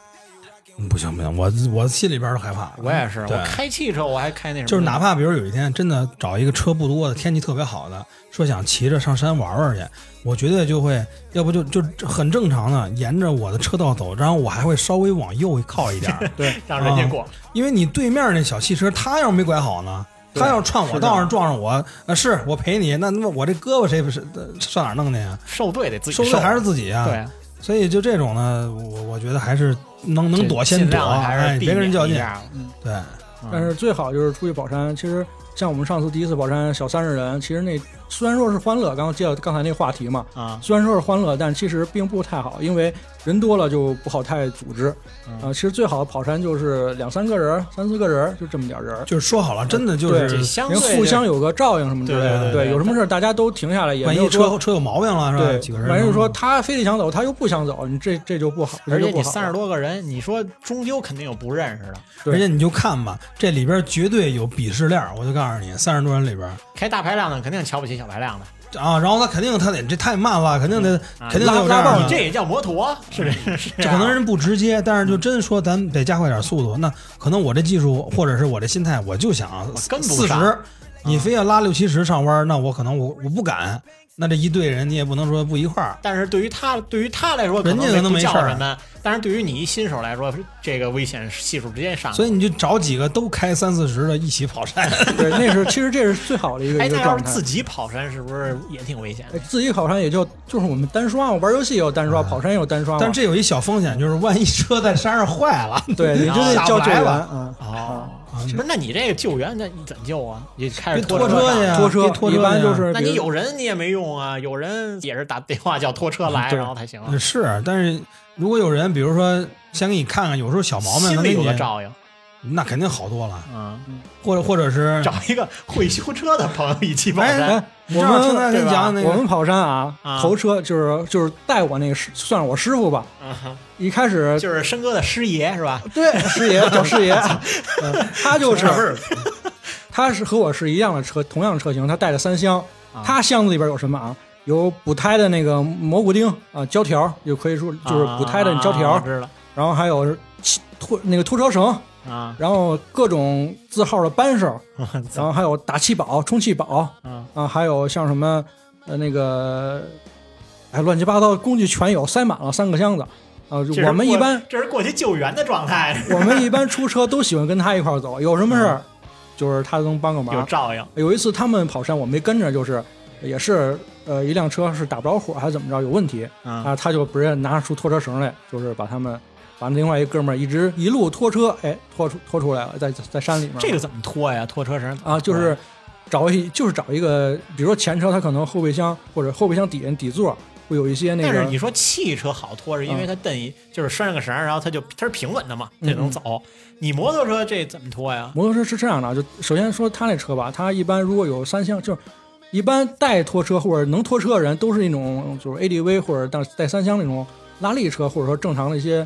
B: 嗯不行不行，我我心里边儿都害怕。
A: 我也是，
B: 嗯对
A: 我开汽车我还开那什么，
B: 就是哪怕比如有一天真的找一个车不多的、天气特别好的，说想骑着上山玩玩去，我绝对就会，要不就就很正常的沿着我的车道走，然后我还会稍微往右靠一 点儿，
C: 对，
A: 让人
B: 啊
A: 家过，
B: 因为你对面那小汽车，他要是没拐好呢，
C: 对
B: 他要撞我
C: 是这样
B: 道上撞上我，啊，是我赔你，那那么我这胳膊谁不是呃上哪儿弄去呀？
A: 受罪得自己
B: 受罪还是自己啊？
A: 对，
B: 所以就这种呢，我我觉得还是能能躲先
A: 尽
B: 躲，
A: 量还
B: 哎，
A: 是避
B: 别跟人较
A: 免一
B: 劲。
A: 下。嗯
B: 对，
C: 但是最好就是出去跑山。其实像我们上次第一次跑山，小三十人，其实那虽然说是欢乐，刚刚接到刚才那话题嘛，
A: 啊，
C: 虽然说是欢乐，但其实并不太好，因为人多了就不好太组织。啊、
A: 嗯
C: 其实最好的跑山就是两三个人儿、三四个人儿，就这么点儿人儿，
B: 就是说好了，真的就
A: 这
B: 是
A: 相
C: 人
A: 对
C: 互相有个照应什么之类
A: 对对
C: 的。
A: 对对
C: 有什么事儿大家都停下来，也
B: 万
C: 没
B: 一
C: 有
B: 车
C: 说
B: 车有毛病了是吧？
C: 对
B: 几个，人，
C: 万一说他非得想走，他又不想走，你这这就不好，
A: 而且
C: 这就
A: 你
C: 不好
A: 三十多个人，你说终究肯定有不认识的，
C: 对
B: 而且你就看吧，这里边绝对有鄙视链儿。我就告诉你，三十多人里边儿
A: 开大排量的肯定瞧不起小排量的，
B: 啊，然后他肯定他得这太慢了，肯定得、
A: 啊
B: 肯定
A: 拉
B: 得有这
A: 拉
B: 样
A: 爆
B: 的嗯
A: 你这也叫摩托？是这是
B: 这可能人不直接，但
A: 嗯
B: 是就真说咱得加快点速度，那可能我这技术或者是我这心态，我就想
A: 跟不
B: 四
A: 上嗯
B: 十，你非要拉六七十上弯儿，那我可能我我不敢。那这一队人你也不能说不一块儿，
A: 但是对于他，对于他来说，
B: 人家
A: 可
B: 都
A: 能
B: 没
A: 不
B: 事
A: 叫
B: 儿
A: 什么；但是对于你一新手来说，这个危险系数直接上。
B: 所以你就找几个都开三四十的一起跑
A: 哦
B: 山。
C: 对，那是其实这是最好的一个
A: 哎，
C: 一个
A: 那要
C: 状
A: 是
C: 态。
A: 自己跑山，是不是也挺危险
C: 哎
A: 的？
C: 自己跑山也就就是我们单刷嘛，玩游戏也有单刷，跑山也有单刷
B: 嗯
C: 嘛。
B: 但这有一小风险，就是万一车在山上坏了，
C: 对你就得
B: 下不
C: 叫救
B: 来
C: 援
B: 了
C: 啊，
A: 哦
B: 啊，
A: 不是，那你这个救援，那你怎么救啊？你开
B: 别
A: 着车
B: 拖车去
A: 上
B: 啊，
C: 拖车
B: 别拖车
C: 一般
B: 去啊
C: 就是
A: 那你有人你也没用啊，有人也是打电话叫拖车来，
C: 对
A: 然后才行啊。
B: 嗯是，但是如果有人，比如说先给你看看，有时候小毛病
A: 心
B: 能
A: 里
B: 给
A: 有
B: 你
A: 个，照应
B: 那肯定好多了。
A: 啊，
B: 或者或者是，
A: 找一个会修车的朋友一起跑山。
C: 哎，
B: 你
C: 我
B: 正好听他
C: 们
B: 给你
A: 对吧
B: 讲那
C: 我
B: 个，
C: 们跑山啊
A: 啊，
C: 头车就是就是带我那个师，算是我师傅吧。
B: 啊
A: 嗯
C: 一开始
A: 就是申哥的师爷是吧？
C: 对师爷 叫师爷，嗯他就是他是和我是一样的车，同样的车型，他带着三箱
A: 啊，
C: 他箱子里边有什么啊？有补胎的那个蘑菇钉啊，胶条，也可以说就是补胎的胶
A: 啊我
C: 条，
A: 知道
C: 然后还有是拖那个拖车绳，
A: 啊。
C: 然后各种字号的扳手，然后还有打气宝、充气宝
A: 嗯
C: 啊，还有像什么呃那个，哎乱七八糟的工具全有，塞满了三个箱子啊。
A: 这是
C: 我们
A: 过
C: 一般
A: 这是过去救援的状态，
C: 我们一般出车都喜欢跟他一块儿走，有什么事儿就是他能帮个
A: 有
C: 忙。
A: 照应。
C: 有一次他们跑山，我没跟着，就是也是呃一辆车是打不着火还是怎么着有问题
A: 嗯
C: 啊，他就不是拿出拖车绳来，就是把他们把另外一哥们儿一直一路拖车，哎拖出拖出来了，在在山里面。
A: 这个怎么拖呀？拖车绳
C: 啊，就是找一就是找一个，比如说前车它可能后备箱或者后备箱底下底座会有一些那
A: 但是
C: 个
A: 你说汽车好拖，是因为它蹬一就是拴上个绳儿，然后它就它是平稳的嘛，它
C: 嗯
A: 就能走。你摩托车这怎么拖呀？
C: 摩托车是这样的，啊，就首先说它那车吧，它一般如果有三厢就是。一般带拖车或者能拖车的人，都是那种就是 ADV 或者带带三厢那种拉力车，或者说正常的一些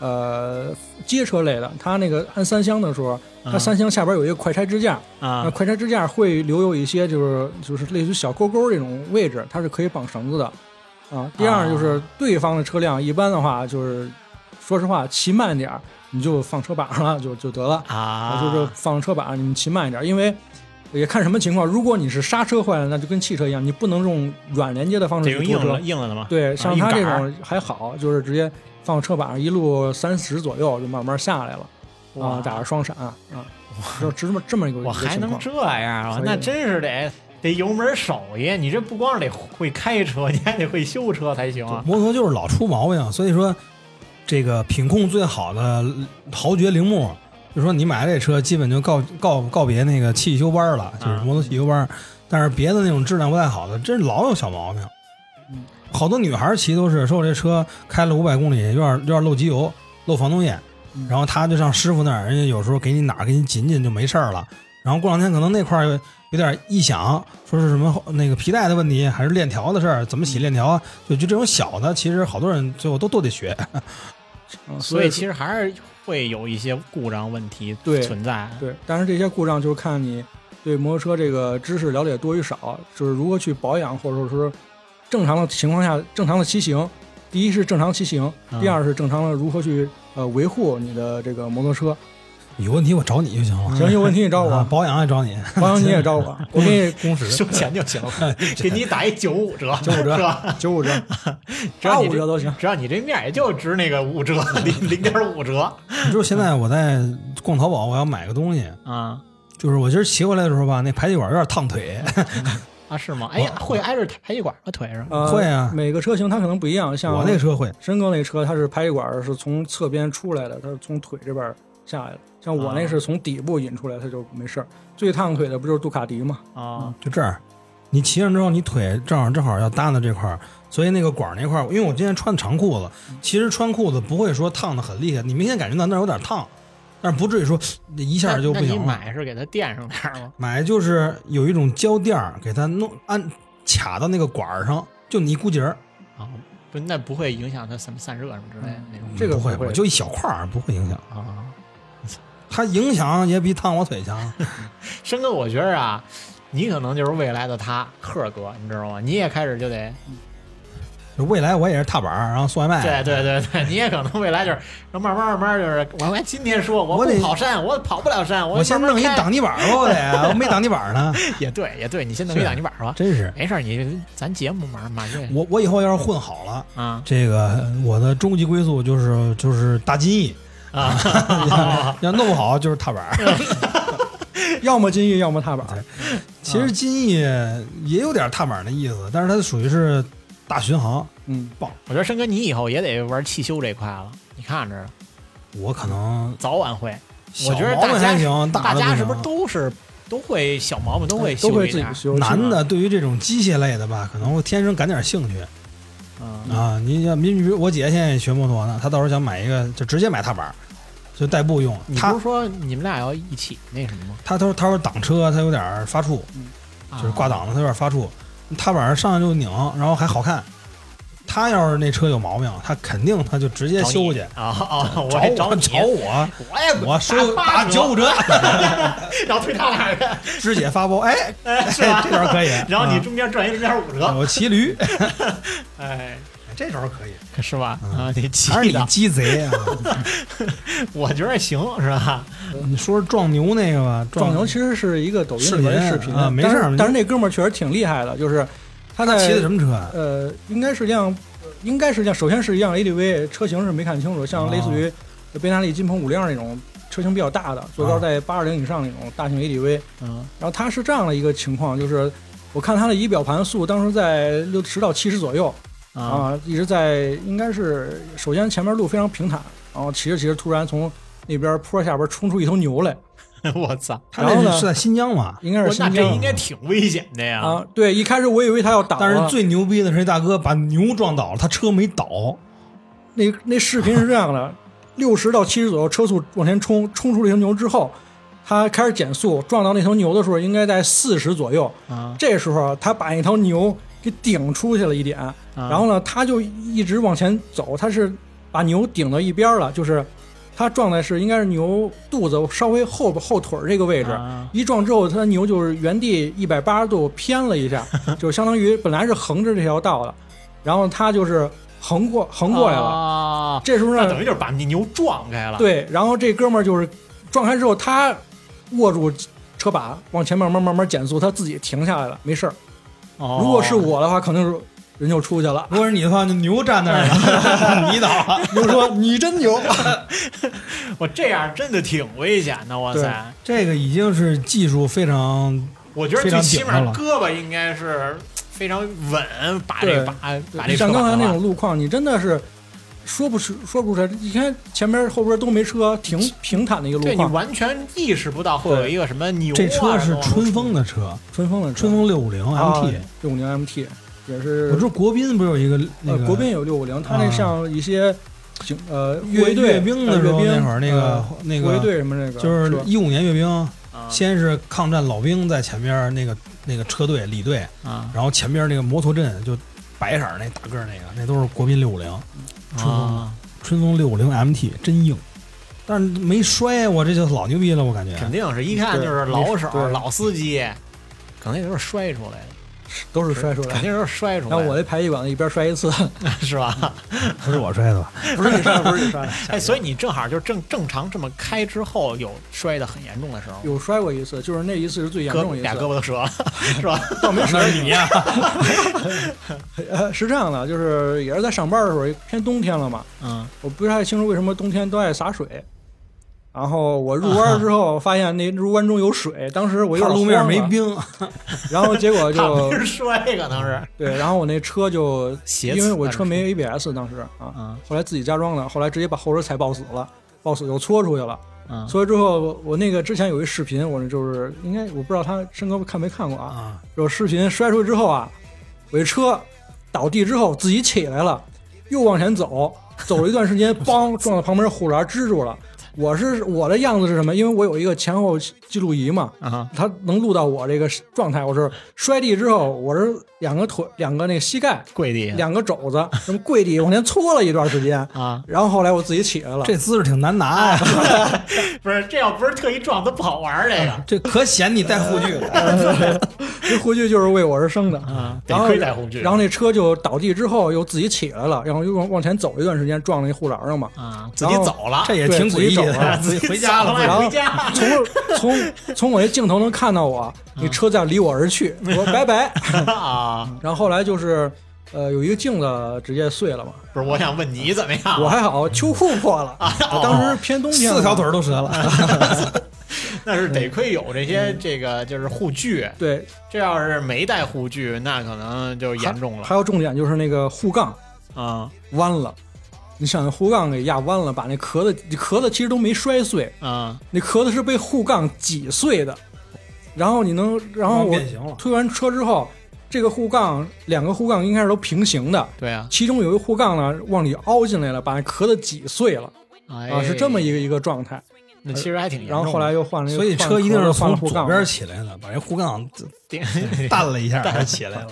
C: 呃街车类的。它那个按三厢的时候，它三厢下边有一个快拆支架，那
A: 嗯啊
C: 快拆支架会留有一些就是就是类似于小沟沟这种位置，它是可以绑绳子的啊。第二就是对方的车辆一般的话就是，说实话骑慢点儿你就放车把上了 就就得了，
A: 啊，
C: 就是放车把你们骑慢一点儿，因为也看什么情况。如果你是刹车坏了，那就跟汽车一样，你不能用软连接的方
A: 得
C: 式
A: 用
C: 去拖
A: 硬了
C: 车。
A: 硬了的嘛。
C: 对，啊像他这
A: 硬杆
C: 种还好，就是直接放车把上，一路三十左右就慢慢下来了啊，打着双闪啊，就这么这么一个
A: 我
C: 一个
A: 还
C: 情
A: 能
C: 况。
A: 这样啊
C: 所？以
A: 那真是得得油门手艺，你这不光是得会开车，你还得会修车才行啊。
B: 摩托就是老出毛病，所以说这个品控最好的豪爵铃木，就说你买这车基本就告告告别那个汽修班儿
C: 啊
B: 了，就是摩托汽修班儿。但是别的那种质量不太好的，真是老有小毛病
C: 嗯。
B: 好多女孩儿骑都是说我这车开了五百公里，有点有点漏机油、漏防冻液，
C: 嗯
B: 然后她就上师傅那儿，人家有时候给你哪儿给你紧紧就没事儿了。然后过两天可能那块儿有有点异响，说是什么那个皮带的问题，还是链条的事儿，怎么洗
C: 嗯
B: 链条啊？就就这种小的，其实好多人最后都都得学。
C: 嗯
A: 所以
C: 说
A: 其实还是会有一些故障问题
C: 对
A: 存在。
C: 对，但是这些故障就是看你对摩托车这个知识了解多与少，就是如何去保养，或者说是
A: 啊
C: 正常的情况下正常的骑行。第一是正常骑行，第二是正常的如何去呃维护你的这个摩托车。
B: 有问题我找你就行
A: 哎
B: 了。
C: 行，有问题你找
B: 啊
C: 我，
B: 保养也找你，
C: 朋友你也找 我，我给你工时
A: 收钱就行 了， 给你打一九五折，九五折是吧？
C: 九五折，
A: 只
C: 八
A: 要你
C: 五
A: 这
C: 折都行。
A: 只要你这面儿也就值那个五 折，零零点五折
B: 你知道现在我在逛淘宝，我要买个东西，
A: 啊
B: 就是我今儿骑回来的时候吧，那排气管有点烫腿，
A: 啊是吗？哎呀，会挨着排气管吗？腿上？
C: 呃，
B: 会啊
C: 每个车型它可能不一样，像
B: 我那车会。
C: 申哥那车，它是排气管是从侧边出来的，它是从腿这边下来的。像我那
A: 啊
C: 是从底部引出来，它就没事儿。最烫腿的不就是杜卡迪吗？
A: 啊
B: 就这儿，你骑上之后，你腿正好正好要搭到这块儿，所以那个管儿那块儿，因为我今天穿的长裤子，其实穿裤子不会说烫的很厉害，你明显感觉到那儿有点烫，但是不至于说一下就
A: 那
B: 不
A: 那你
B: 行了。
A: 买是给它垫上点儿吗？
B: 买就是有一种胶垫儿给它弄按卡到那个管儿上，就你一股节儿，
A: 啊，不，那不会影响它散散热什么之类的那种
C: 这个
B: 不会，
C: 不会
B: 我就一小块嗯儿，不会影响。
A: 啊。
B: 它影响也比烫我 腿强。
A: 申哥，我觉着啊，你可能就是未来的他，克儿哥，你知道吗？你也开始就得，
B: 就未来我也是踏板儿，然后送外卖。
A: 对对对对，你也可能未来就是，慢慢慢慢就是，我我今天说我
B: 我得
A: 不跑山，我跑不了山，
B: 我先
A: 慢慢
B: 弄一
A: 开
B: 挡泥板儿吧，我得，我没挡泥板 儿呢，
A: 也对也对，你先弄一
B: 是
A: 挡泥板是吧？
B: 真是。
A: 没事儿，你咱节目马上马上
B: 我我以后要是混好了，
A: 啊
B: 这个我的终极归宿就是就是大金翼，
A: 啊 嗯
B: 要弄不好就是踏板儿。
C: 要么金翼，要么踏板。
B: 其实金翼也有点踏板儿的意思，但是它属于是大巡航，
C: 嗯，
A: 我觉得申哥，你以后也得玩汽修这块了，你看着呢，
B: 我可能
A: 早晚会。
B: 小
A: 我觉得
B: 毛病
A: 大家
B: 还行，
A: 大
B: 的不
A: 家
B: 行
A: 是不是都是都会小毛病都会
C: 哎都
A: 修
C: 会
A: 一
C: 自
A: 点儿
C: 己？修。
B: 男
C: 是吧，
B: 的对于这种机械类的吧，可能会天生感点兴趣
A: 嗯
B: 啊。你像比如我姐现在也学摩托呢，她到时候想买一个就直接买踏板儿，就代步用。
A: 你不
B: 她
A: 是说你们俩要一起那什么吗？啊
B: 她她说她说挡车她有点儿发怵，就是挂
A: 档。
B: 档子，它有点发怵，踏板上来就拧，然后还好看。他要是那车有毛病，他肯定他就直接修去，
A: 啊啊！我
B: 找
A: 也
B: 我
A: 你，
B: 找我，
A: 我也
B: 我收打九
A: 九，
B: 五折，
A: 然后推他俩人，
B: 师姐发包，哎，
A: 哎是
B: 这
A: 吧？
B: 这招可以。
A: 然后你
B: 啊
A: 中间赚一零点五折，
B: 我骑驴，
A: 哎，
B: 这招可以，
A: 可是吧？
B: 嗯
A: 啊，你
B: 还
A: 气
B: 是你
A: 的，
B: 鸡贼啊！
A: 我觉得行，是吧？
B: 你说壮牛那个吧，
C: 壮牛
B: 牛
C: 其实是一个抖音里边的视频
B: 视频啊没事
C: 但
B: 儿
C: 是
B: 没事儿
C: 但是那哥们儿确实挺厉害的，就是他在
B: 骑的什么车啊？
C: 呃，应该是辆，呃应该是辆，首先是一辆 ADV，车型是没看清楚，
B: 啊
C: 像类似于贝纳利、金鹏五辆那种车型比较大的，最
B: 啊
C: 高在八二零以上那种大型 ADV。
A: 嗯
C: 然后它是这样的一个情况，就是我看它的仪表盘速当时在六十到七十左右
A: 啊
C: 啊，一直在应该是首先前面路非常平坦，然后骑着骑着突然从那边坡下边冲出一头牛来，
A: 我操！
B: 他
C: 然后
B: 那
C: 呢
B: 是是在新疆吧？
C: 应该是
A: 我那
C: 新
A: 这
C: 疆
A: 应该挺危险的呀！
C: 啊，对，一开始我以为他要倒啊
B: 但
C: 了
B: 是最牛逼的是那大哥把牛撞倒了，他车没倒，
C: 那那视频是这样的：六十到七十左右车速往前冲，冲出这头牛之后，他开始减速，撞到那头牛的时候应该在四十左右。
A: 啊，
C: 这时候他把那头牛给顶出去了一点，
A: 啊
C: 啊然后呢，他就一直往前走，他是把牛顶到一边了，就是他撞的是应该是牛肚子稍微后后腿儿这个位置。
A: 啊
C: 一撞之后，他牛就是原地一百八十度偏了一下，就相当于本来是横着这条道的，然后他就是横过横过来了，
A: 啊，
C: 这时候
A: 那
C: 呢
A: 等，于就是把你牛撞开了。，
C: 对，然后这哥们儿就是撞开之后，他握住车把往前慢慢慢慢减速，他自己停下来了，没事儿。
A: 如
C: 如果是我的话，可能是人就出去了。
B: 如果是你的话，那牛站那儿 了，你倒了。
C: 比如说你真牛，
A: 我这样真的挺危险的，哇塞！
B: 这个已经是技术非常，
A: 我觉得最
B: 非常
A: 起
B: 顶
A: 码
B: 上了
A: 胳膊应该是非常稳，把这
C: 对
A: 把把这
C: 像
A: 车
C: 刚才
A: 把
C: 那
A: 了
C: 种路况，你真的是说不出说不出来。你看前边后边都没车，挺平坦的一个
A: 对你
C: 路况，
A: 完全意识不到会有一个什么牛、啊。
B: 这车是春风
A: 的，
B: 的车，
C: 春风的车
B: 春风六五零 MT。
C: 六五零 MT 也
B: 我
C: 啊是
B: 说国宾不是有一个那
C: 呃
B: 个
C: 国宾有六五零，它
B: 啊
C: 那像一些警呃护
B: 阅
C: 卫队
B: 阅兵的时候
C: 呃阅
B: 那会儿那个
C: 呃
B: 那
C: 护卫
B: 个
C: 队什么那个
B: 就是
C: 车
B: 一五年阅兵，
A: 啊
B: 先是抗战老兵在前边儿那个那个车队里队，
A: 啊，
B: 然后前边儿那个摩托阵就白色儿那大个儿那个，那都是国宾六五零，春风
A: 啊
B: 春风六五零 MT 真硬，但是没摔，我这就老牛逼了，我感觉。
A: 肯定是一看就是老手
C: 对
A: 老司机，可能也都是摔出来的。
C: 都是摔出
A: 肯
C: 来。
A: 定是摔出来
C: 然
A: 的，
C: 后我这排气管子一边摔一次，
A: 是 吧？
B: 不是我摔的吧？
C: 不是你摔的，不是你摔的。
A: 哎，所以你正好就正正常这么开之后，有摔得很严重的时候吗，
C: 有摔过一次，就是那一次是最严
A: 胳
C: 重的一
A: 俩
C: 次
A: 胳。膊都折了， 是吧？
C: 倒没
B: 那是你啊呀、
C: 呃，是这样的，就是也是在上班的时候，偏冬天了嘛，
A: 嗯，
C: 我不太清楚为什么冬天都爱洒水。然后我入弯之后，发现那入弯中有水，当时我
B: 我
C: 有点
B: 路面没
C: 慌了，
B: 冰，
C: 然后结果
A: 怕
C: 就
A: 没人摔，可能是
C: 对，然后我那车就
A: 鞋子，
C: 因为我
A: 那是
C: 车没 ABS 当时啊，
A: 嗯
C: 后来自己加装的，后来直接把后轮踩抱死了，抱死就搓出去了。
A: 嗯，
C: 搓出去之后，我那个之前有一视频，我就是应该我不知道他申哥看没看过啊，
B: 啊，
C: 有视频摔出去之后啊，我这车倒地之后自己起来了，又往前走，走了一段时间，梆撞到旁边护栏支住了。我是我的样子是什么？因为我有一个前后记录仪嘛，
A: 啊
C: 它能录到我这个状态。我是摔地之后，我是两个腿、两个那个膝盖、
A: 跪地下
C: 两个肘子，什么跪地往前搓了一段时间，
A: 啊，
C: 然后后来我自己起来了。
B: 这姿势挺难拿呀、
A: 不是这要不是特意撞都不好玩儿这
C: 嗯
A: 个
B: 这 可显你带护具了。
C: 这护具就是为我而生的。
A: 啊，得
C: 然后
A: 亏带护具，
C: 然后那车就倒地之后又自己起来了，然后又往往前走一段时间，撞那护栏上嘛。
A: 啊自己走了，
B: 这也挺诡异
C: 对自己
B: 的，
C: 走了
B: 己啊回家
A: 了，
B: 了。
C: 然后
A: 回家，
C: 从 从从我这镜头能看到我，
B: 嗯
C: 你车在离我而去，我拜拜。
A: 啊，
C: 然后后来就是，呃，有一个镜子直接碎了嘛，
A: 不是，我想问你怎么样？
C: 我还好，秋裤破了，我当时偏冬天
B: 啊哦
C: 嘛啊
B: 四条腿，儿都折了，
A: 那是得亏有这
C: 嗯
A: 些这个就是护具，
C: 对，
A: 这要是没带护具，那可能就严重了
C: 还有重点就是那个护杠
A: 啊
C: 弯了。你想护杠给压弯了，把那壳子壳子其实都没摔碎，
A: 啊
C: 那壳子是被护杠挤碎的。然后你能，然后我
B: 变形了。
C: 推完车之后，这个护杠两个护杠应该是都平行的，
A: 对啊，
C: 其中有一护杠呢往里凹进来了，把壳子挤碎了啊，
B: 哎
A: 啊
C: 是这么一个一个状态。
A: 那其实还挺严重
C: 然
A: 的。
C: 后后来又换了一个，
B: 所以车一定是
C: 换
B: 从
C: 了护
B: 左
C: 杠。
B: 边起来的，把这护杠
A: 顶
B: 弹了一下，它起来了。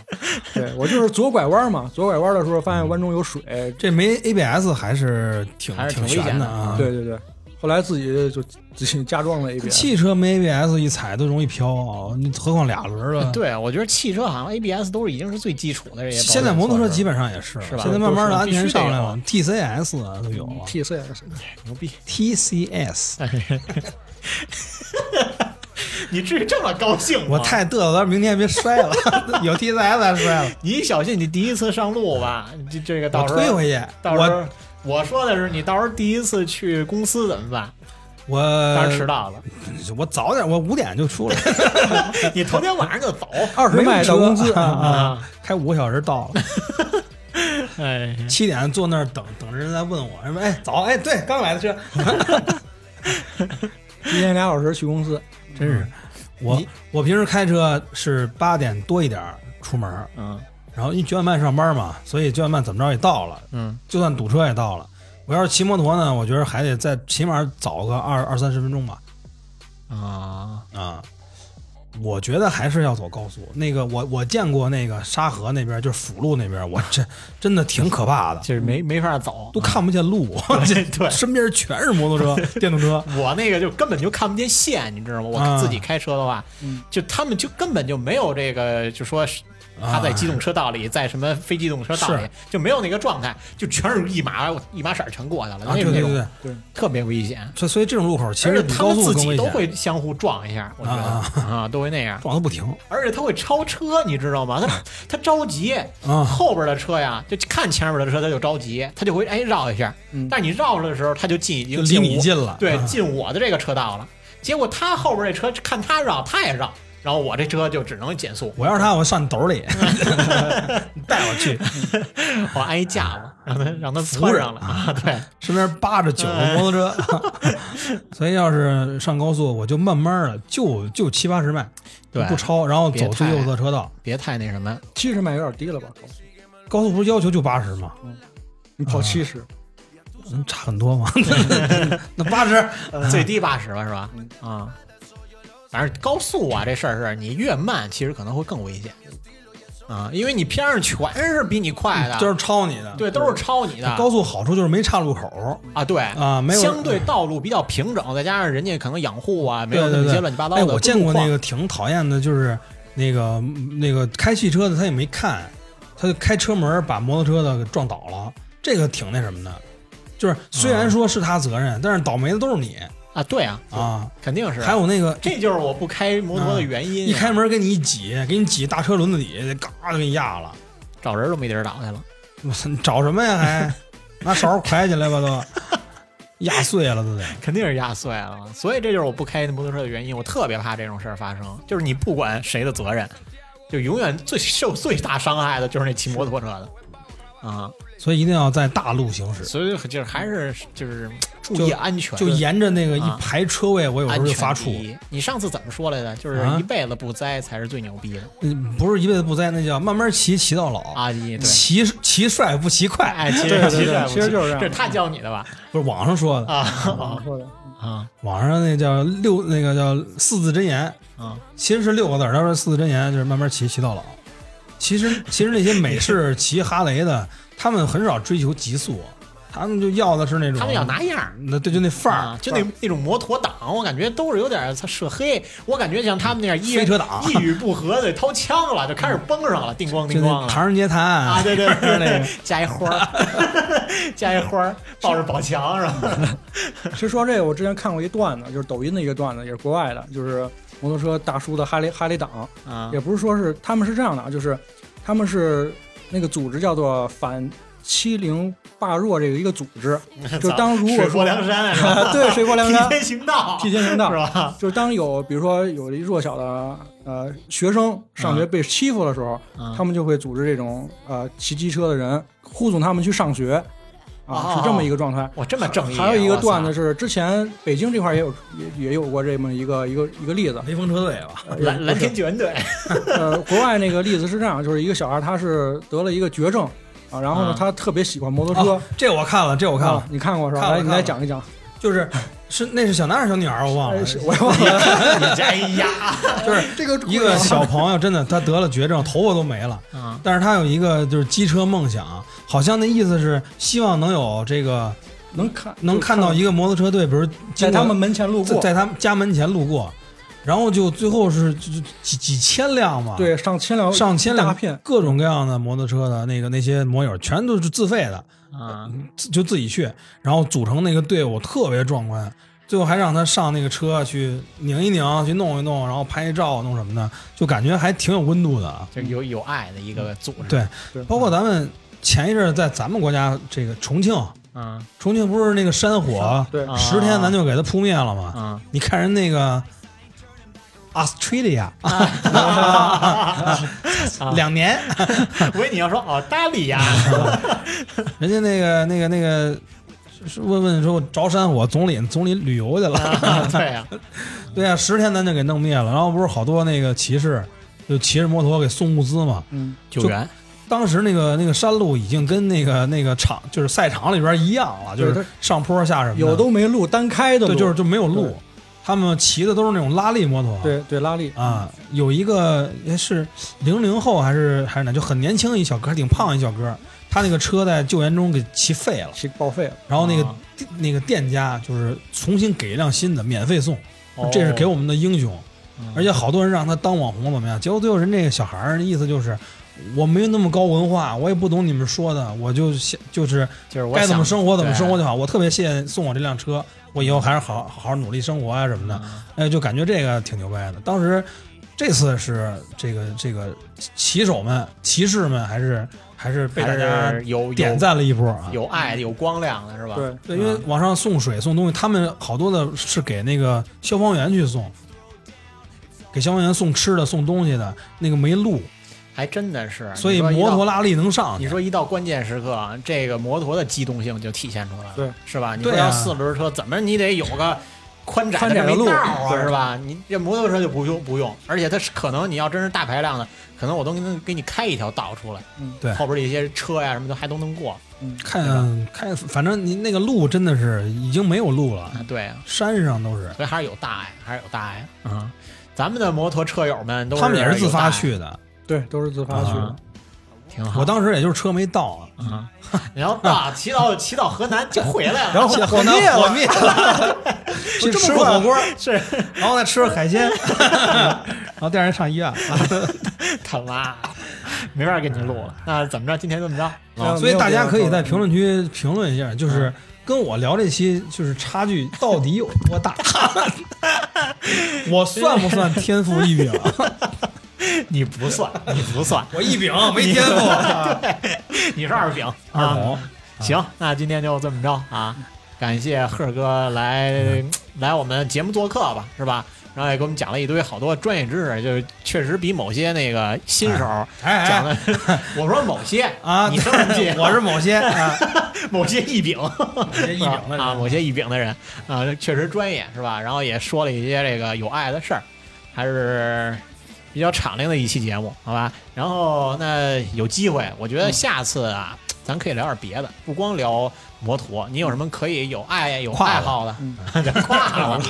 C: 对我就是左拐弯嘛，左拐弯的时候发
B: 嗯
C: 现弯中有水，
B: 这没 ABS 还是挺
A: 还是挺
B: 挺
A: 危险的
B: 悬啊。
C: 对，对对。后来自己就自己加装了一遍，
B: 汽车没 ABS 一踩都容易飘，你何况俩轮儿了。，
A: 对，啊我觉得汽车好像 ABS 都是已经是最基础的这些。
B: 现在摩托车基本上也是，
A: 是吧
B: 现在慢慢的安全上来了
A: 都
B: ，TCS 啊都有
A: 嗯
B: 了
C: T C S
A: 牛逼，
B: ，TCS。
A: 你至于这么高兴吗？
B: 我太嘚瑟了，明天别摔了， 有 TCS 还摔了。
A: 你小心，你第一次上路吧，这这个
B: 我
A: 到时候
B: 推回去，
A: 到时
B: 我
A: 候我说的是，你到时候第一次去公司怎么办？到时候迟
B: 我
A: 到了，
B: 我早点，我五点就出来，
A: 你头天晚上就走
C: 二十迈到公
B: 没有
C: 司
B: 车
C: 啊，
A: 啊！
B: 开五个小时到 了，
A: 哎，
B: 七点坐那儿等等着人来问我，说哎早哎对，刚买的车，
C: 提前俩小时去公司，
B: 真是我我平时开车是八点多一点儿出门儿，
A: 嗯
B: 然后因为九点半上班嘛，所以九点半怎么着也到了，
A: 嗯
B: 就算堵车也到了。我要是骑摩托呢，我觉得还得再起码早个二二三十分钟吧。
A: 啊
B: 啊，我觉得还是要走高速。那个我我见过那个沙河那边，就是辅路那边，我 真真的挺可怕的，
A: 就是没没法走，
B: 都看不见 路，
A: 对对。
B: 身边全是摩托 车、电动车。
A: 我那个就根本就看不见线，你知道吗？
B: 啊
A: 我自己开车的话，
C: 嗯
A: 就他们就根本就没有这个，就说是他在机动车道里，在什么非机动车道里
B: 啊是
A: 就没有那个状态，就全是一码一码色儿全过去了，
B: 啊，
A: 那
B: 对
A: 种
B: 对
A: 那
B: 对
A: 种
B: 对，
A: 特别危险。
B: 所以所以这种路口其
A: 而
B: 实
A: 且
B: 比
A: 他
B: 高
A: 们
B: 速
A: 自
B: 更
A: 己
B: 危
A: 都
B: 险，
A: 会相互撞一下，我觉得
B: 啊
A: 啊，都会那样。
B: 撞的不停
A: 而且他会超车，你知道吗？他他着急，
B: 啊。
A: 后边的车呀，就看前面的车他就着急，他就会哎绕一下。
C: 嗯
A: 但是你绕了的时候，他就进已
B: 就
A: 经进
B: 离你
A: 我
B: 近了，
A: 对，
B: 啊
A: 进我的这个车道了。结果他后边这车看他绕，他也绕，然后我这车就只能减速，
B: 我要是他，我上你 兜里， 你带我去。
A: 我挨一架
B: 啊
A: 子，让他让他
B: 扶
A: 窜
B: 着
A: 上来啊！ 对，
B: 身边扒着九
A: 哎
B: 个摩托车， 所以要是上高速，我就慢慢的，就就七八十迈，
A: 对
B: 不超，然后
A: 别
B: 走最
A: 太
B: 右侧车道。
A: 别太那什么，
C: 七十迈有点低了吧？
B: 高速不是要求就八十吗？
C: 你
B: 啊
C: 跑七十，
B: 嗯差很多吗？ 那八十嗯
A: 最低八十了是吧？啊、反正高速啊这事儿是你越慢，其实可能会更危险啊，因为你边上全是比你快的，
B: 就是超你的。
A: 对，都是超你的
B: 高速好处就是没岔路口。
A: 啊，对
B: 啊没有
A: 相对道路比较平整，再加上人家可能养护啊，没
B: 对
A: 有那
B: 对
A: 么些
B: 对，
A: 乱七八糟
B: 哎，
A: 的路
B: 我
A: 况。
B: 见过那个挺讨厌的，就是那个那个开汽车的他也没看，他就开车门把摩托车的给撞倒了，这个挺那什么的。就是虽
A: 哦
B: 然说是他责任，但是倒霉的都是你
A: 啊，对啊，
B: 啊。
A: 肯定是。
B: 还有那个
A: 这就是我不开摩托的原因、啊
B: 啊一开门给你一挤，给你挤大车轮子底下，嘎就给你压了。
A: 找人都没地儿找去了。
B: 我操，你找什么呀？ 还拿勺㧟起来吧都，压碎了都得。
A: 肯定是压碎了，所以这就是我不开摩托车的原因。我特别怕这种事儿发生，就是你不管谁的责任，就永远最 受最大伤害的就是那骑摩托车的啊、
B: 所以一定要在大路行驶，
A: 所以就是还是就是注
B: 就
A: 意安全，
B: 就沿着那个一
A: 啊
B: 排车位，我有时
A: 安
B: 候就
A: 全
B: 发
A: 第
B: 怵。
A: 一。你上次怎么说来的？就是
B: 啊
A: 一辈子不栽才是最牛逼的
B: 嗯，不是一辈子不栽，那叫慢慢骑，骑到老。
A: 啊！你对，
B: 骑骑帅不骑快，
A: 哎，其
C: 对
A: 实
C: 对
A: 其
C: 对
A: 实
C: 其实就是这样
A: 这是他教你的吧？
B: 不是网上说的，
A: 啊
C: 啊
A: 啊
C: 说的
A: 啊
B: 网上那叫六那个叫四字真言，
A: 啊！
B: 其实是六个字儿，他说四字真言就是慢慢骑，骑到老。其实其实那些美式骑哈雷的，他们很少追求极速，他们就要的是那种
A: 他们要拿样儿。
B: 那对就那范儿
A: 啊，就那那种摩托党，我感觉都是有点儿他涉黑，我感觉像他们那样一
B: 飞车党
A: 一语不合得掏枪了，就开始崩上了，叮咣
B: 就
A: 叮咣
B: 那
A: 了。
B: 唐人街探案
A: 啊，对对 对
B: 那个
A: 对，加一花儿，加一花儿， 抱着宝强是吧？
C: 其实说这个，我之前看过一段子，就是抖音的一个段子，也是国外的，就是摩托车大叔的哈雷哈雷党，
A: 啊
C: 也不是说是他们是这样的啊，就是他们是那个组织叫做反欺凌霸弱这个一个组 织， 就当如果
A: 水
C: 说
A: 泊梁山啊是吧？
C: 对 水泊 梁山
A: 替天行道，
C: 替天行道
A: 是，吧？
C: 就是当有比如说有一弱小的呃学生上
A: 嗯
C: 学被欺负的时候，他们就会组织这种呃骑机车的人护送他们去上学，啊，是这
A: 哦
C: 么一个状态。
A: 我这么正义啊，
C: 还有一个
A: 我操
C: 段子，是，之前北京这块儿也有也也有过这么一个一个一个例子，
B: 雷锋车队吧，
C: 呃
A: 蓝蓝天救援 队
C: 呃，国外那个例子是这样，就是一个小孩他是得了一个绝症啊，然后呢
A: 啊，
C: 他特别喜欢摩托车
B: 哦，这我看了，这我
C: 我
B: 看了，
C: 你看过是吧？
B: 看了
C: 来，你
B: 看
C: 来
B: 了
C: 讲一讲。
B: 就是是那是小男孩儿小女孩儿我忘
C: 哎
B: 了，
C: 是我忘了
A: 哎呀，
B: 就是
C: 这个故事啊
B: 一个小朋友，真的他得了绝症，头发都没了，
A: 啊
B: 但是他有一个就是机车梦想，好像那意思是希望能有这个
C: 能看
B: 能看到一个摩托车队，比如
C: 在
B: 经过
C: 他们门前路
B: 在
C: 过，
B: 在他们家门前路过，然后就最后是就就几几千辆嘛，，
C: 对啊上千辆
B: 上千
C: 大
B: 辆
C: 片，
B: 各种各样的摩托车的那个那些摩友全都是自费的，
A: 啊！
B: 自就自己去，然后组成那个队伍，特别壮观。最后还让他上那个车去拧一拧，去弄一弄，然后拍一照，弄什么的，就感觉还挺有温度的啊。
A: 就有有爱的一个组织，
B: 对
C: 对
B: 包括咱们前一阵儿在咱们国家这个重庆，
A: 啊
B: 重庆不是那个山火，
C: 对
A: 啊
B: 十天咱就给它扑灭了嘛。
A: 啊
B: 你看人那个 Australia
A: 啊！
B: 两年，
A: 我以为你要说澳大利亚，
B: 人家那个那个那个。是问问说着山火，总理总理旅游去
C: 啊
B: 了，
A: 对呀，
B: 对啊，十天咱就给弄灭了。然后不是好多那个骑士，就骑着摩托给送物资嘛。
C: 嗯，
A: 救援
B: 当时那个那个山路已经跟那个那个场就是赛场里边一样了，就
C: 对
B: 是上坡下什么的
C: 嗯有都没路，单开的路，
B: 对，就是就没有
C: 对
B: 路，他们骑的都是那种拉力摩托。
C: 对对拉力，
B: 啊，有一个哎是零零后还是还是哪，就很年轻一小哥，挺胖一小哥，他那个车在救援中给骑废了，
C: 骑报废了，
B: 然后那个、
A: 啊
B: 店那个店家就是重新给一辆新的，免费送，这是给我们的英雄。
A: 哦嗯
B: 而且好多人让他当网红怎么样？结果最后人这个小孩儿的意思就是，我没有那么高文化，我也不懂你们说的，我就想就是
A: 就是我
B: 该怎么
A: 想
B: 生活怎么生活
A: 对
B: 就好。我特别谢谢送我这辆车，我以后还是好好好努力生活啊什么的。
A: 啊
B: 哎，就感觉这个挺牛掰的。当时这次是这个这个骑手们、骑士们还是还是被大
A: 还
B: 家
A: 是有有
B: 点赞了一波啊。
A: 有嗯爱有光亮的是吧？
C: 对，
B: 对，因为往上送水送东西，他们好多的是给那个消防员去送，给消防员送吃的、送东西的，那个没路，
A: 还真的是。
B: 所以
A: 啊你说一
B: 摩
A: 到
B: 托拉力能上
A: 你
B: 去。
A: 说一到关键时刻啊，这个摩托的机动性就体现出来了，
C: 对，
A: 是吧？你说
B: 对啊
A: 要四轮车，怎么你得有个宽窄
C: 宽窄
A: 这
C: 的
A: 么一
C: 路
A: 道啊，
C: 对
A: 是吧？你这摩托车就不用不用，而且它是可能你要真是大排量的，可能我都能给你开一条道出来，
C: 嗯
B: 对
A: 后边这些车呀什么的还都能过啊
C: 嗯，
B: 看看，反正你那个路真的是已经没有路了，
A: 啊，对啊，
B: 山上都是，
A: 所以还是有大爱，还是有大爱啊。咱们的摩托车友们都
B: 嗯他们也是
A: 有
B: 自发
A: 大啊爱，
B: 去的。
C: 对，都是自发去
A: 啊
C: 的，
A: 挺好。
B: 我当时也就是车没到啊，
A: 啊，然后 啊，骑到骑到河南就回来了，
C: 然后
B: 河南火 灭了，去吃个火锅，
A: 是
B: 然后再吃个海鲜，然后第二天上医院。
A: 他妈，啊没法跟你录
B: 哎
A: 了。那怎么着？今天这么着？
C: 啊
B: 所以大家可以在评论区评论一下，就是跟我聊这期就是差距到底有多大？ 我算不算天赋异禀？啊嗯
A: 你不算，你不算，
B: 我异禀没天赋，啊
A: 你是二饼。
B: 二嗯
A: 啊。
B: 狗。
A: 行，那今天就这么着啊！感谢贺哥来
B: 嗯
A: 来我们节目做客吧，是吧？然后也给我们讲了一堆好多专业知识，就是确实比某些那个新手
B: 哎
A: 讲
B: 哎
A: 的，我说某些
B: 啊，
A: 你生什么气？
B: 我是某些 啊，
A: 某些异禀，
B: 某些异禀的
A: 啊，
B: 人。
A: 某些异禀的人啊，确实专业是吧？然后也说了一些这个有爱的事儿，还是比较敞亮的一期节目，好吧？然后那有机会，我
B: 嗯
A: 觉得下次啊，咱可以聊点别的，不光聊摩托，你有什么可以有爱有
B: 跨了
A: 爱好的
C: 嗯，
A: 跨了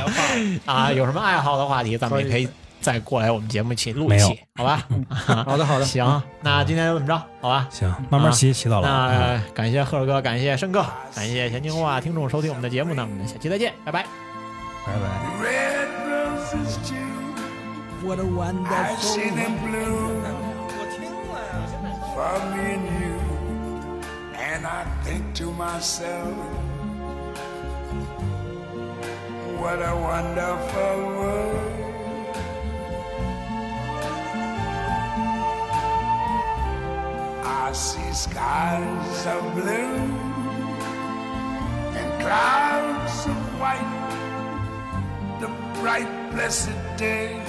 A: 啊，有什么爱好的话题，咱们也可以再过来我们节目一起录一
B: 没有嗯
A: 期，好 吧？
C: 好的， 好的，
A: 行，那今天就这么着，好吧？
B: 行，慢慢骑，骑到了。嗯
A: 那感谢贺哥，感谢申哥，感谢闲情话听众收听我们的节目，那我们下期再见，拜拜。
B: 拜拜。
D: Red roses too.
E: What a
D: I
E: wonderful
D: see them bloom for me and you. And I think to myself, what a wonderful world. I see skies of blue and clouds of white, the bright, blessed day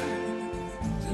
D: the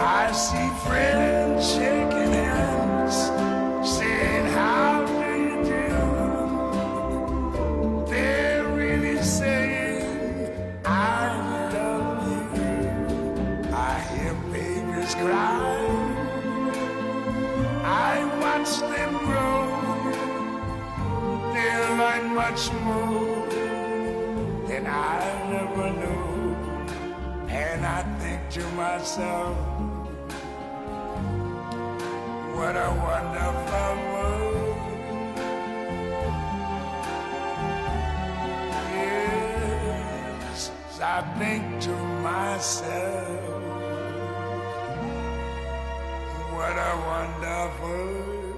D: I see friends shaking hands, saying, How do you do? They're really saying, I love you. I hear babies cry. I watch them grow. They're like much more than I ever knew. And I think to myself, what a wonderful world. Yes, I think to myself, what a wonderful